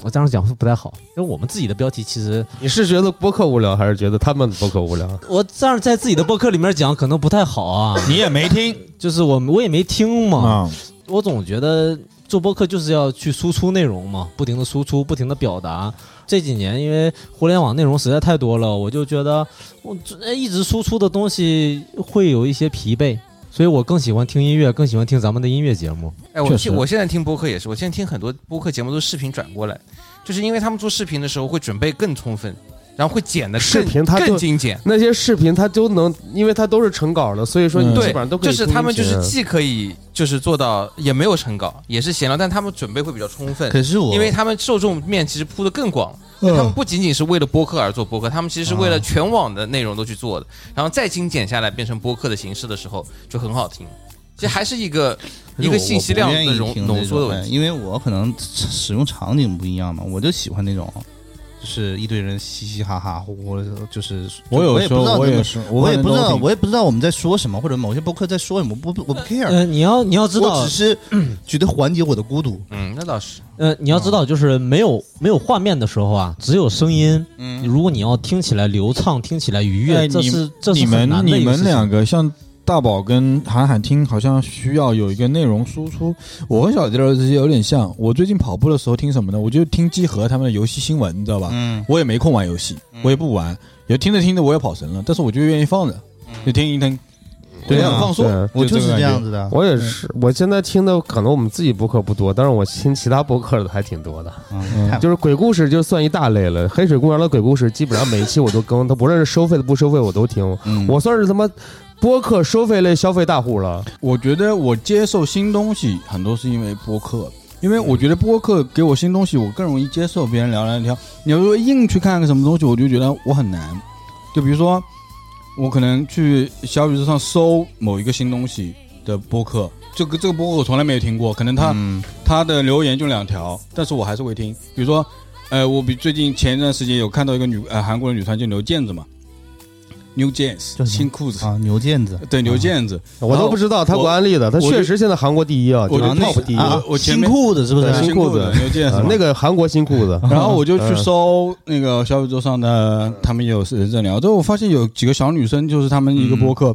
[SPEAKER 3] 我这样讲是不太好，因为我们自己的标题其实
[SPEAKER 5] 你是觉得播客无聊，还是觉得他们播客无聊？啊
[SPEAKER 3] 我这样在自己的播客里面讲可能不太好啊，
[SPEAKER 2] 你也没听
[SPEAKER 3] 就是我我也没听嘛，
[SPEAKER 2] 啊？
[SPEAKER 3] 我总觉得做播客就是要去输出内容嘛，不停的输出，不停的表达。这几年因为互联网内容实在太多了，我就觉得我这一直输出的东西会有一些疲惫，所以我更喜欢听音乐，更喜欢听咱们的音乐节目。
[SPEAKER 4] 哎，我
[SPEAKER 2] 确实
[SPEAKER 4] 现我现在听播客也是，我现在听很多播客节目都是视频转过来，就是因为他们做视频的时候会准备更充分，然后会剪的更
[SPEAKER 5] 视频它就
[SPEAKER 4] 更精简。
[SPEAKER 5] 那些视频它都能，因为它都是成稿的，所以说你
[SPEAKER 2] 嗯
[SPEAKER 5] 基
[SPEAKER 4] 对
[SPEAKER 5] 本上都，可以听
[SPEAKER 4] 就是
[SPEAKER 5] 进去。
[SPEAKER 4] 他们就是既可以就是做到也没有成稿，也是闲聊，但他们准备会比较充分，
[SPEAKER 1] 可是嗯我
[SPEAKER 4] 因为他们受众面其实铺的更广。就他们不仅仅是为了播客而做播客，他们其实是为了全网的内容都去做的，然后再精简下来变成播客的形式的时候，就很好听。其实还是一个
[SPEAKER 1] 可
[SPEAKER 4] 一
[SPEAKER 1] 是我
[SPEAKER 4] 个信息量
[SPEAKER 1] 我不愿
[SPEAKER 4] 的
[SPEAKER 1] 意
[SPEAKER 4] 浓
[SPEAKER 1] 听
[SPEAKER 4] 浓
[SPEAKER 1] 这
[SPEAKER 4] 缩的
[SPEAKER 1] 种
[SPEAKER 4] 问
[SPEAKER 1] 哎
[SPEAKER 4] 题。
[SPEAKER 1] 因为我可能使用场景不一样嘛，我就喜欢那种。就是一堆人嘻嘻哈哈，或者就是
[SPEAKER 2] 我有
[SPEAKER 1] 也
[SPEAKER 2] 时
[SPEAKER 1] 不知道
[SPEAKER 2] 候我
[SPEAKER 1] 你们
[SPEAKER 2] 也是，
[SPEAKER 1] 我也
[SPEAKER 2] 可能
[SPEAKER 1] 不知
[SPEAKER 2] 都
[SPEAKER 1] 道，
[SPEAKER 2] 听
[SPEAKER 1] 我也不知道我们在说什么，或者某些播客在说什么，我不我不 care，、
[SPEAKER 2] 嗯
[SPEAKER 3] 呃，你要你要知
[SPEAKER 1] 我
[SPEAKER 3] 道
[SPEAKER 1] 只，是觉得缓解我的孤独。
[SPEAKER 4] 嗯，那倒是。
[SPEAKER 3] 呃，你要知
[SPEAKER 2] 嗯
[SPEAKER 3] 道，就是没有没有画面的时候啊，只有声音。
[SPEAKER 1] 嗯，
[SPEAKER 3] 如果你要听起来流畅，听起来愉悦，
[SPEAKER 2] 哎
[SPEAKER 3] 这
[SPEAKER 2] 你
[SPEAKER 3] 是这是
[SPEAKER 2] 你
[SPEAKER 3] 很
[SPEAKER 2] 们
[SPEAKER 3] 难的
[SPEAKER 2] 你
[SPEAKER 3] 一个
[SPEAKER 2] 们
[SPEAKER 3] 事情
[SPEAKER 2] 两个像大宝跟韩寒听，好像需要有一个内容输出。我和小迪儿这些有点像。我最近跑步的时候听什么呢？我就听集合他们的游戏新闻，你知道吧？
[SPEAKER 1] 嗯，
[SPEAKER 2] 我也没空玩游戏，我也不玩，也听着听着我也跑神了，但是我就愿意放着，就听一听。对
[SPEAKER 5] 啊
[SPEAKER 2] 很放松
[SPEAKER 5] 对
[SPEAKER 1] 我
[SPEAKER 2] 就
[SPEAKER 1] 就是
[SPEAKER 2] 这个
[SPEAKER 1] 这
[SPEAKER 2] 感
[SPEAKER 1] 样
[SPEAKER 2] 觉
[SPEAKER 1] 子的。
[SPEAKER 5] 我也是，我现在听的可能我们自己播客不多，但是我听其他播客的还挺多的。
[SPEAKER 1] 嗯，太
[SPEAKER 5] 就是鬼故事就算一大类了，黑水公园的鬼故事基本上每一期我都更，它不论是收费的不收费我都听，
[SPEAKER 1] 嗯
[SPEAKER 5] 我算是他妈播客收费类消费大户了。
[SPEAKER 2] 我觉得我接受新东西很多是因为播客，因为我觉得播客给我新东西，我更容易接受别人聊来聊。你要说硬去看个什么东西，我就觉得我很难。就比如说，我可能去小宇宙上搜某一个新东西的播客，这个这个播客我从来没有听过，可能他、
[SPEAKER 1] 嗯
[SPEAKER 2] 他的留言就两条，但是我还是会听。比如说，呃，我比最近前一段时间有看到一个女呃韩国的女团叫牛腱子嘛，New Jeans 新裤子，
[SPEAKER 1] 啊，牛腱子，
[SPEAKER 2] 对牛腱子，
[SPEAKER 5] 我都不知道他给我安利的，他
[SPEAKER 2] 我
[SPEAKER 5] 确实现在韩国第一啊，
[SPEAKER 2] 我
[SPEAKER 5] 就
[SPEAKER 2] 就
[SPEAKER 5] 是
[SPEAKER 1] 那
[SPEAKER 5] top 第一。
[SPEAKER 1] 啊
[SPEAKER 2] 我前
[SPEAKER 1] 新
[SPEAKER 2] 面
[SPEAKER 1] 裤子是不是
[SPEAKER 5] 对？新裤子
[SPEAKER 2] 牛腱子
[SPEAKER 5] 啊
[SPEAKER 2] 嘛
[SPEAKER 5] 那 个韩国新裤子，
[SPEAKER 2] 呃然后我就去搜那个小宇宙上的，他们也有人在聊。之后我发现有几个小女生，就是他们一个播客，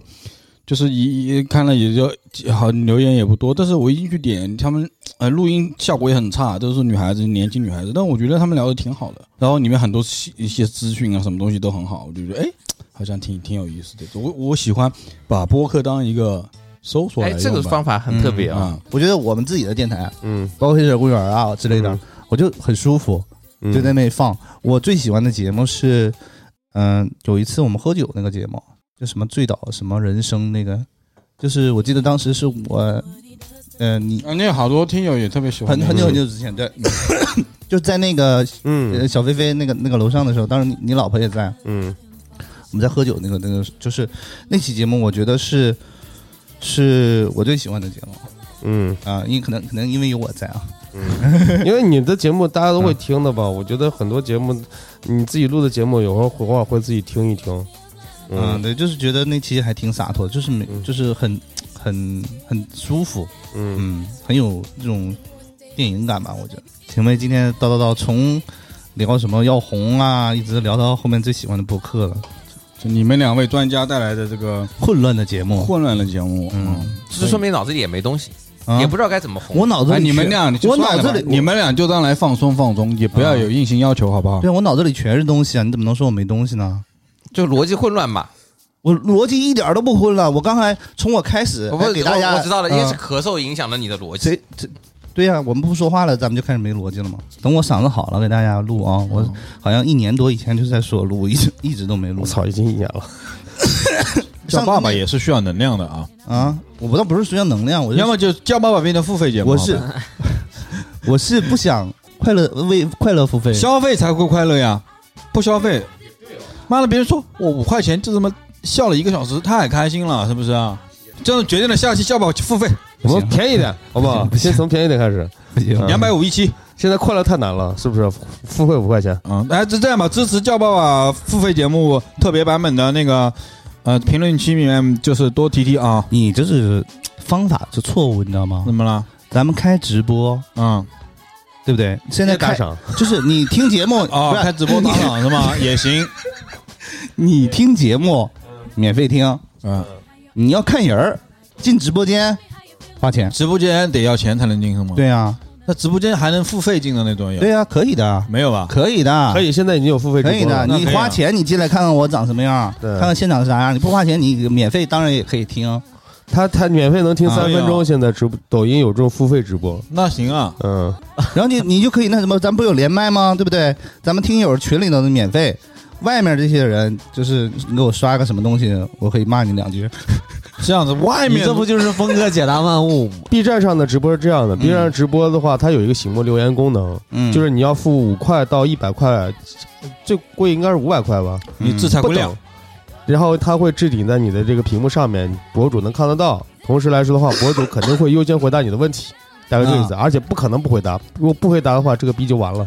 [SPEAKER 2] 就是一一看了也就呃几好留言也不多，但是我一进去点，他们呃录音效果也很差，都是女孩子，年轻女孩子，但我觉得他们聊的挺好的，然后里面很多信一些资讯啊，什么东西都很好，我就觉得哎，好像挺挺有意思的。我我喜欢把播客当一个搜索来
[SPEAKER 4] 哎，
[SPEAKER 2] 用吧。
[SPEAKER 4] 这个方法很特别啊
[SPEAKER 2] 啊，，
[SPEAKER 1] 我觉得我们自己的电台，
[SPEAKER 5] 嗯，
[SPEAKER 1] 包括黑水公园啊之类的
[SPEAKER 5] 嗯，
[SPEAKER 1] 我就很舒服，
[SPEAKER 5] 嗯
[SPEAKER 1] 就在那里放。我最喜欢的节目是，嗯，有一次我们喝酒那个节目，就什么醉倒什么人生那个，就是我记得当时是我，呃，你
[SPEAKER 2] 啊，那有好多听友也特别喜欢
[SPEAKER 1] 很
[SPEAKER 2] 那个，
[SPEAKER 1] 很久很久之前对， 就在那个呃
[SPEAKER 5] 嗯
[SPEAKER 1] 小飞飞那个那个楼上的时候，当时你你老婆也在，
[SPEAKER 5] 嗯
[SPEAKER 1] 我们在喝酒那个那个，就是那期节目，我觉得是是我最喜欢的节目
[SPEAKER 5] 嗯，
[SPEAKER 1] 啊，因为可能可能因为有我在啊，
[SPEAKER 5] 因为你的节目大家都会听的吧？我觉得很多节目你自己录的节目，有时候会偶尔会自己听一听。
[SPEAKER 1] 嗯，
[SPEAKER 5] 嗯
[SPEAKER 1] 对，就是觉得那期还挺洒脱，就是没，
[SPEAKER 5] 嗯
[SPEAKER 1] 就是很很很舒服，
[SPEAKER 5] 嗯，
[SPEAKER 1] 嗯，很有这种电影感吧，我觉得。行呗，今天叨叨叨，从聊什么要红啊，一直聊到后面最喜欢的播客了，
[SPEAKER 2] 就你们两位专家带来的这个
[SPEAKER 1] 混乱的节目，
[SPEAKER 2] 混乱的节目，
[SPEAKER 1] 嗯
[SPEAKER 2] 哦嗯
[SPEAKER 4] 这说明脑子里也没东西，
[SPEAKER 1] 啊
[SPEAKER 4] 也不知道该怎么红。
[SPEAKER 1] 我脑子
[SPEAKER 2] 哎，
[SPEAKER 1] 里
[SPEAKER 2] 你们
[SPEAKER 1] 全
[SPEAKER 2] 俩，就
[SPEAKER 1] 我
[SPEAKER 2] 算
[SPEAKER 1] 脑
[SPEAKER 2] 了
[SPEAKER 1] 子
[SPEAKER 2] 吧
[SPEAKER 1] 里
[SPEAKER 2] 你们俩就当来放松放松，也不要有硬性要求，好不好？
[SPEAKER 1] 对我脑子里全是东西啊，你怎么能说我没东西呢？
[SPEAKER 4] 就逻辑混乱嘛。
[SPEAKER 1] 我逻辑一点都不混乱，我刚才从我开始
[SPEAKER 4] 我
[SPEAKER 1] 还哎给大家，
[SPEAKER 4] 我我知道了，因为是
[SPEAKER 1] 嗯
[SPEAKER 4] 咳嗽影响了你的逻辑。
[SPEAKER 1] 谁这？对呀、我们不说话了，咱们就开始没逻辑了嘛。等我嗓子好了，给大家录啊。我
[SPEAKER 2] 嗯
[SPEAKER 1] 好像一年多以前就在说录，一直一直都没录。
[SPEAKER 5] 我操，已经一年了。
[SPEAKER 1] 上
[SPEAKER 2] 叫爸爸也是需要能量的啊，
[SPEAKER 1] 啊！我不倒不是需要能量，我是
[SPEAKER 2] 要么就叫爸爸变成付费节目，
[SPEAKER 1] 我
[SPEAKER 2] 好
[SPEAKER 1] 是
[SPEAKER 2] 吧
[SPEAKER 1] 我是不想快乐为快乐付费。
[SPEAKER 2] 消费才会快乐呀，不消费，妈的，别人说我五块钱就这么笑了一个小时，太开心了，是不是啊？这样决定了下期叫爸爸付费
[SPEAKER 5] 我们便宜点，好 不好？先从便宜点开始。
[SPEAKER 1] 不行，
[SPEAKER 5] 嗯
[SPEAKER 2] 两百五一期，
[SPEAKER 5] 现在快乐太难了，是不是？付付费五块钱。
[SPEAKER 2] 嗯，哎，就这样吧，支持叫爸爸付费节目特别版本的那个，呃，评论区里面就是多提提啊，
[SPEAKER 1] 你这是方法是错误，你知道吗
[SPEAKER 2] 怎？么了？
[SPEAKER 1] 咱们开直播，
[SPEAKER 2] 嗯，
[SPEAKER 1] 对不对？现
[SPEAKER 5] 现
[SPEAKER 1] 在
[SPEAKER 5] 打
[SPEAKER 1] 开啊
[SPEAKER 5] 赏，
[SPEAKER 1] 就是你听节目
[SPEAKER 2] 哦，
[SPEAKER 1] 不是
[SPEAKER 2] 开直播打赏是 吗？也行，
[SPEAKER 1] 你听节目免费听，
[SPEAKER 2] 嗯。
[SPEAKER 1] 你要看人儿进直播间花钱。
[SPEAKER 2] 直播间得要钱才能进是吗？，
[SPEAKER 1] 对呀，
[SPEAKER 2] 那直播间还能付费进的那种有？
[SPEAKER 1] 对呀，可以的。
[SPEAKER 2] 没有吧？
[SPEAKER 1] 可以的，
[SPEAKER 5] 可以，现在已经有付费主
[SPEAKER 1] 可以
[SPEAKER 5] 播
[SPEAKER 1] 的。
[SPEAKER 5] 了。
[SPEAKER 2] 那可以
[SPEAKER 1] 你
[SPEAKER 2] 啊
[SPEAKER 1] 花钱，你进来看看我长什么样，
[SPEAKER 5] 对
[SPEAKER 1] 看看现场是啥样。你不花钱，你免费当然也可以听。
[SPEAKER 5] 他他免费能听
[SPEAKER 2] 啊
[SPEAKER 5] 三分
[SPEAKER 2] 哎呦
[SPEAKER 5] 钟，现在直播抖音有这种付费直播。
[SPEAKER 2] 那行啊，
[SPEAKER 5] 嗯，
[SPEAKER 1] 然后你你就可以那什么，咱不有连麦吗？对不对？咱们听友群里头的免费，外面这些人就是你给我刷个什么东西，我可以骂你两句。
[SPEAKER 2] 这样子外
[SPEAKER 3] 你
[SPEAKER 2] 面
[SPEAKER 3] 这不就是峰哥解答万物吗？
[SPEAKER 5] B 站上的直播是这样的，B 站上直播的话，它有一个醒目留言功能，
[SPEAKER 1] 嗯，
[SPEAKER 5] 就是你要付五块到一百块，最贵应该是五百块吧，
[SPEAKER 1] 嗯
[SPEAKER 2] 你制裁
[SPEAKER 5] 不
[SPEAKER 2] 不了
[SPEAKER 5] 等。。然后它会置顶在你的这个屏幕上面，博主能看得到。同时来说的话，博主肯定会优先回答你的问题，大概这个意思，而且不可能不回答。如果不回答的话，这个逼就完了，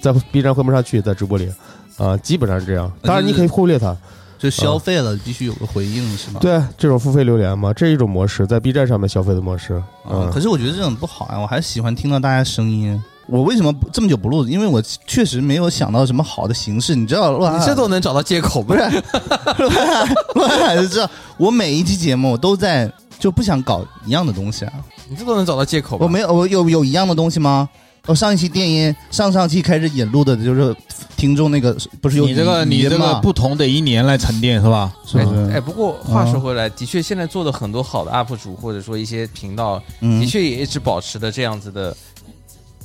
[SPEAKER 5] 在 B 站混不上去，在直播里。啊，基本上是这样。当然，你可以忽略它。
[SPEAKER 1] 就消费了，必须有个回应是吗？
[SPEAKER 5] 对，这种付费留言嘛，这是一种模式，在 B 站上面消费的模式。
[SPEAKER 1] 啊、
[SPEAKER 5] 嗯
[SPEAKER 1] 可是我觉得这种不好啊呀、我还是喜欢听到大家声音。我为什么不这么久不录？因为我确实没有想到什么好的形式，你知道，洛
[SPEAKER 4] 你
[SPEAKER 1] 涵
[SPEAKER 4] 这都能找到借口，不是？
[SPEAKER 1] 洛涵，洛涵就知道，我每一期节目都在就不想搞一样的东西啊。
[SPEAKER 4] 你这都能找到借口吧？
[SPEAKER 1] 哦我没有，我有有一样的东西吗？我上一期电音，上上期开始引录的就是听众那个不是有
[SPEAKER 2] 你这个
[SPEAKER 1] 语
[SPEAKER 2] 你
[SPEAKER 1] 音
[SPEAKER 2] 这个
[SPEAKER 1] 吗？
[SPEAKER 2] 不同得一年来沉淀是吧？
[SPEAKER 1] 是不是？
[SPEAKER 4] 哎，不过话说回来，的确现在做的很多好的 UP 主或者说一些频道，
[SPEAKER 1] 嗯
[SPEAKER 4] 的确也一直保持的这样子的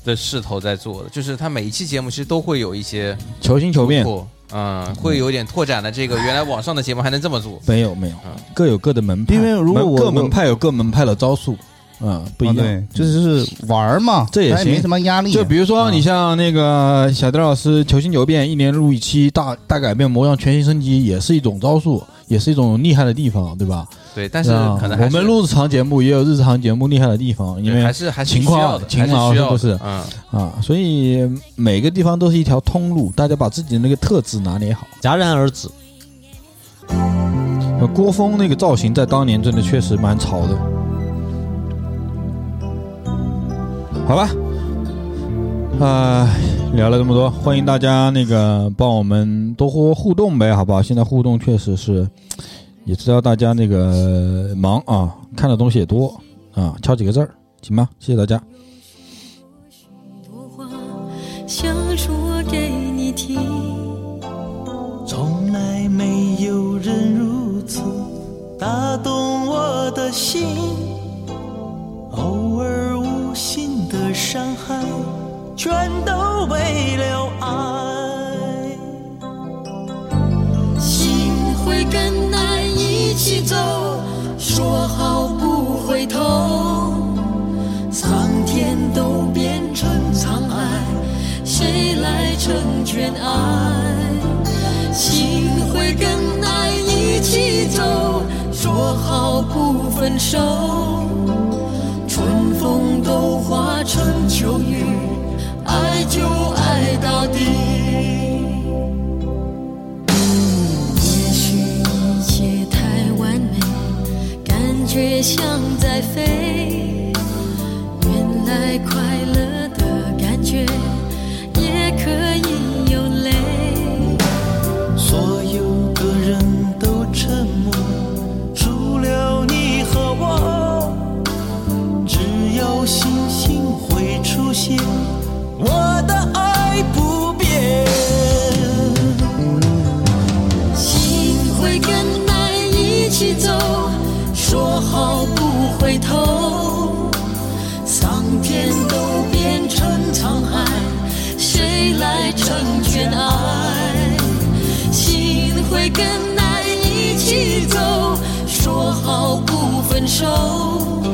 [SPEAKER 4] 的势头在做的，就是他每一期节目其实都会有一些
[SPEAKER 2] 求新求
[SPEAKER 4] 突
[SPEAKER 2] 变，
[SPEAKER 4] 破，嗯，会有点拓展的这个原来网上的节目还能这么做，
[SPEAKER 2] 没有没有
[SPEAKER 4] 啊，
[SPEAKER 2] 各有各的门派，
[SPEAKER 1] 因为如果
[SPEAKER 2] 门
[SPEAKER 1] 我
[SPEAKER 2] 各门派有各门派的招数，嗯，
[SPEAKER 1] 不
[SPEAKER 2] 不一样。
[SPEAKER 1] 哦对，就是玩儿嘛，
[SPEAKER 2] 这也
[SPEAKER 1] 咱没
[SPEAKER 2] 行
[SPEAKER 1] 什么压力。
[SPEAKER 2] 就比如说你像那个小德老师求新求变，一年录一期大大改变模样，全新升级，也是一种招数，也是一种厉害的地方，对吧？
[SPEAKER 4] 对，但是
[SPEAKER 2] 啊
[SPEAKER 4] 可能还
[SPEAKER 2] 我
[SPEAKER 4] 是
[SPEAKER 2] 们录日常节目也有日常节目厉害的地方，因
[SPEAKER 4] 对还
[SPEAKER 2] 为
[SPEAKER 4] 是还是
[SPEAKER 2] 勤
[SPEAKER 4] 需要
[SPEAKER 2] 劳
[SPEAKER 4] 的，
[SPEAKER 2] 勤
[SPEAKER 4] 还
[SPEAKER 2] 劳
[SPEAKER 4] 需要
[SPEAKER 2] 是不是
[SPEAKER 4] 的嗯，
[SPEAKER 2] 啊，所以每个地方都是一条通路，大家把自己的那个特质拿捏好。
[SPEAKER 3] 戛然而止。
[SPEAKER 2] 呃郭峰那个造型在当年真的确实蛮潮的。好吧，呃，聊了这么多，欢迎大家那个帮我们多互互动呗，好不好？现在互动确实是，也知道大家那个忙啊，看的东西也多啊，敲几个字儿，行吗？谢谢大家。
[SPEAKER 9] 朵花想说给你听，
[SPEAKER 6] 从来没有人如此打动我的心，偶尔无心的伤害，全都为了爱。
[SPEAKER 9] 心会跟爱一起走，说好不回头。苍天都变成沧海，谁来成全爱？心会跟爱一起走，说好不分手。春风都化成秋雨，爱就爱到底。也许一切太完美，感觉像在飞。原来快乐的感觉也可以有泪。
[SPEAKER 6] 所有的人都沉默，除了你和我。只有星星会出现，我的爱不变。
[SPEAKER 9] 心会跟爱一起走，说好不回头。苍天都变成沧海，谁来成全爱？心会跟爱一起走，说好不分手。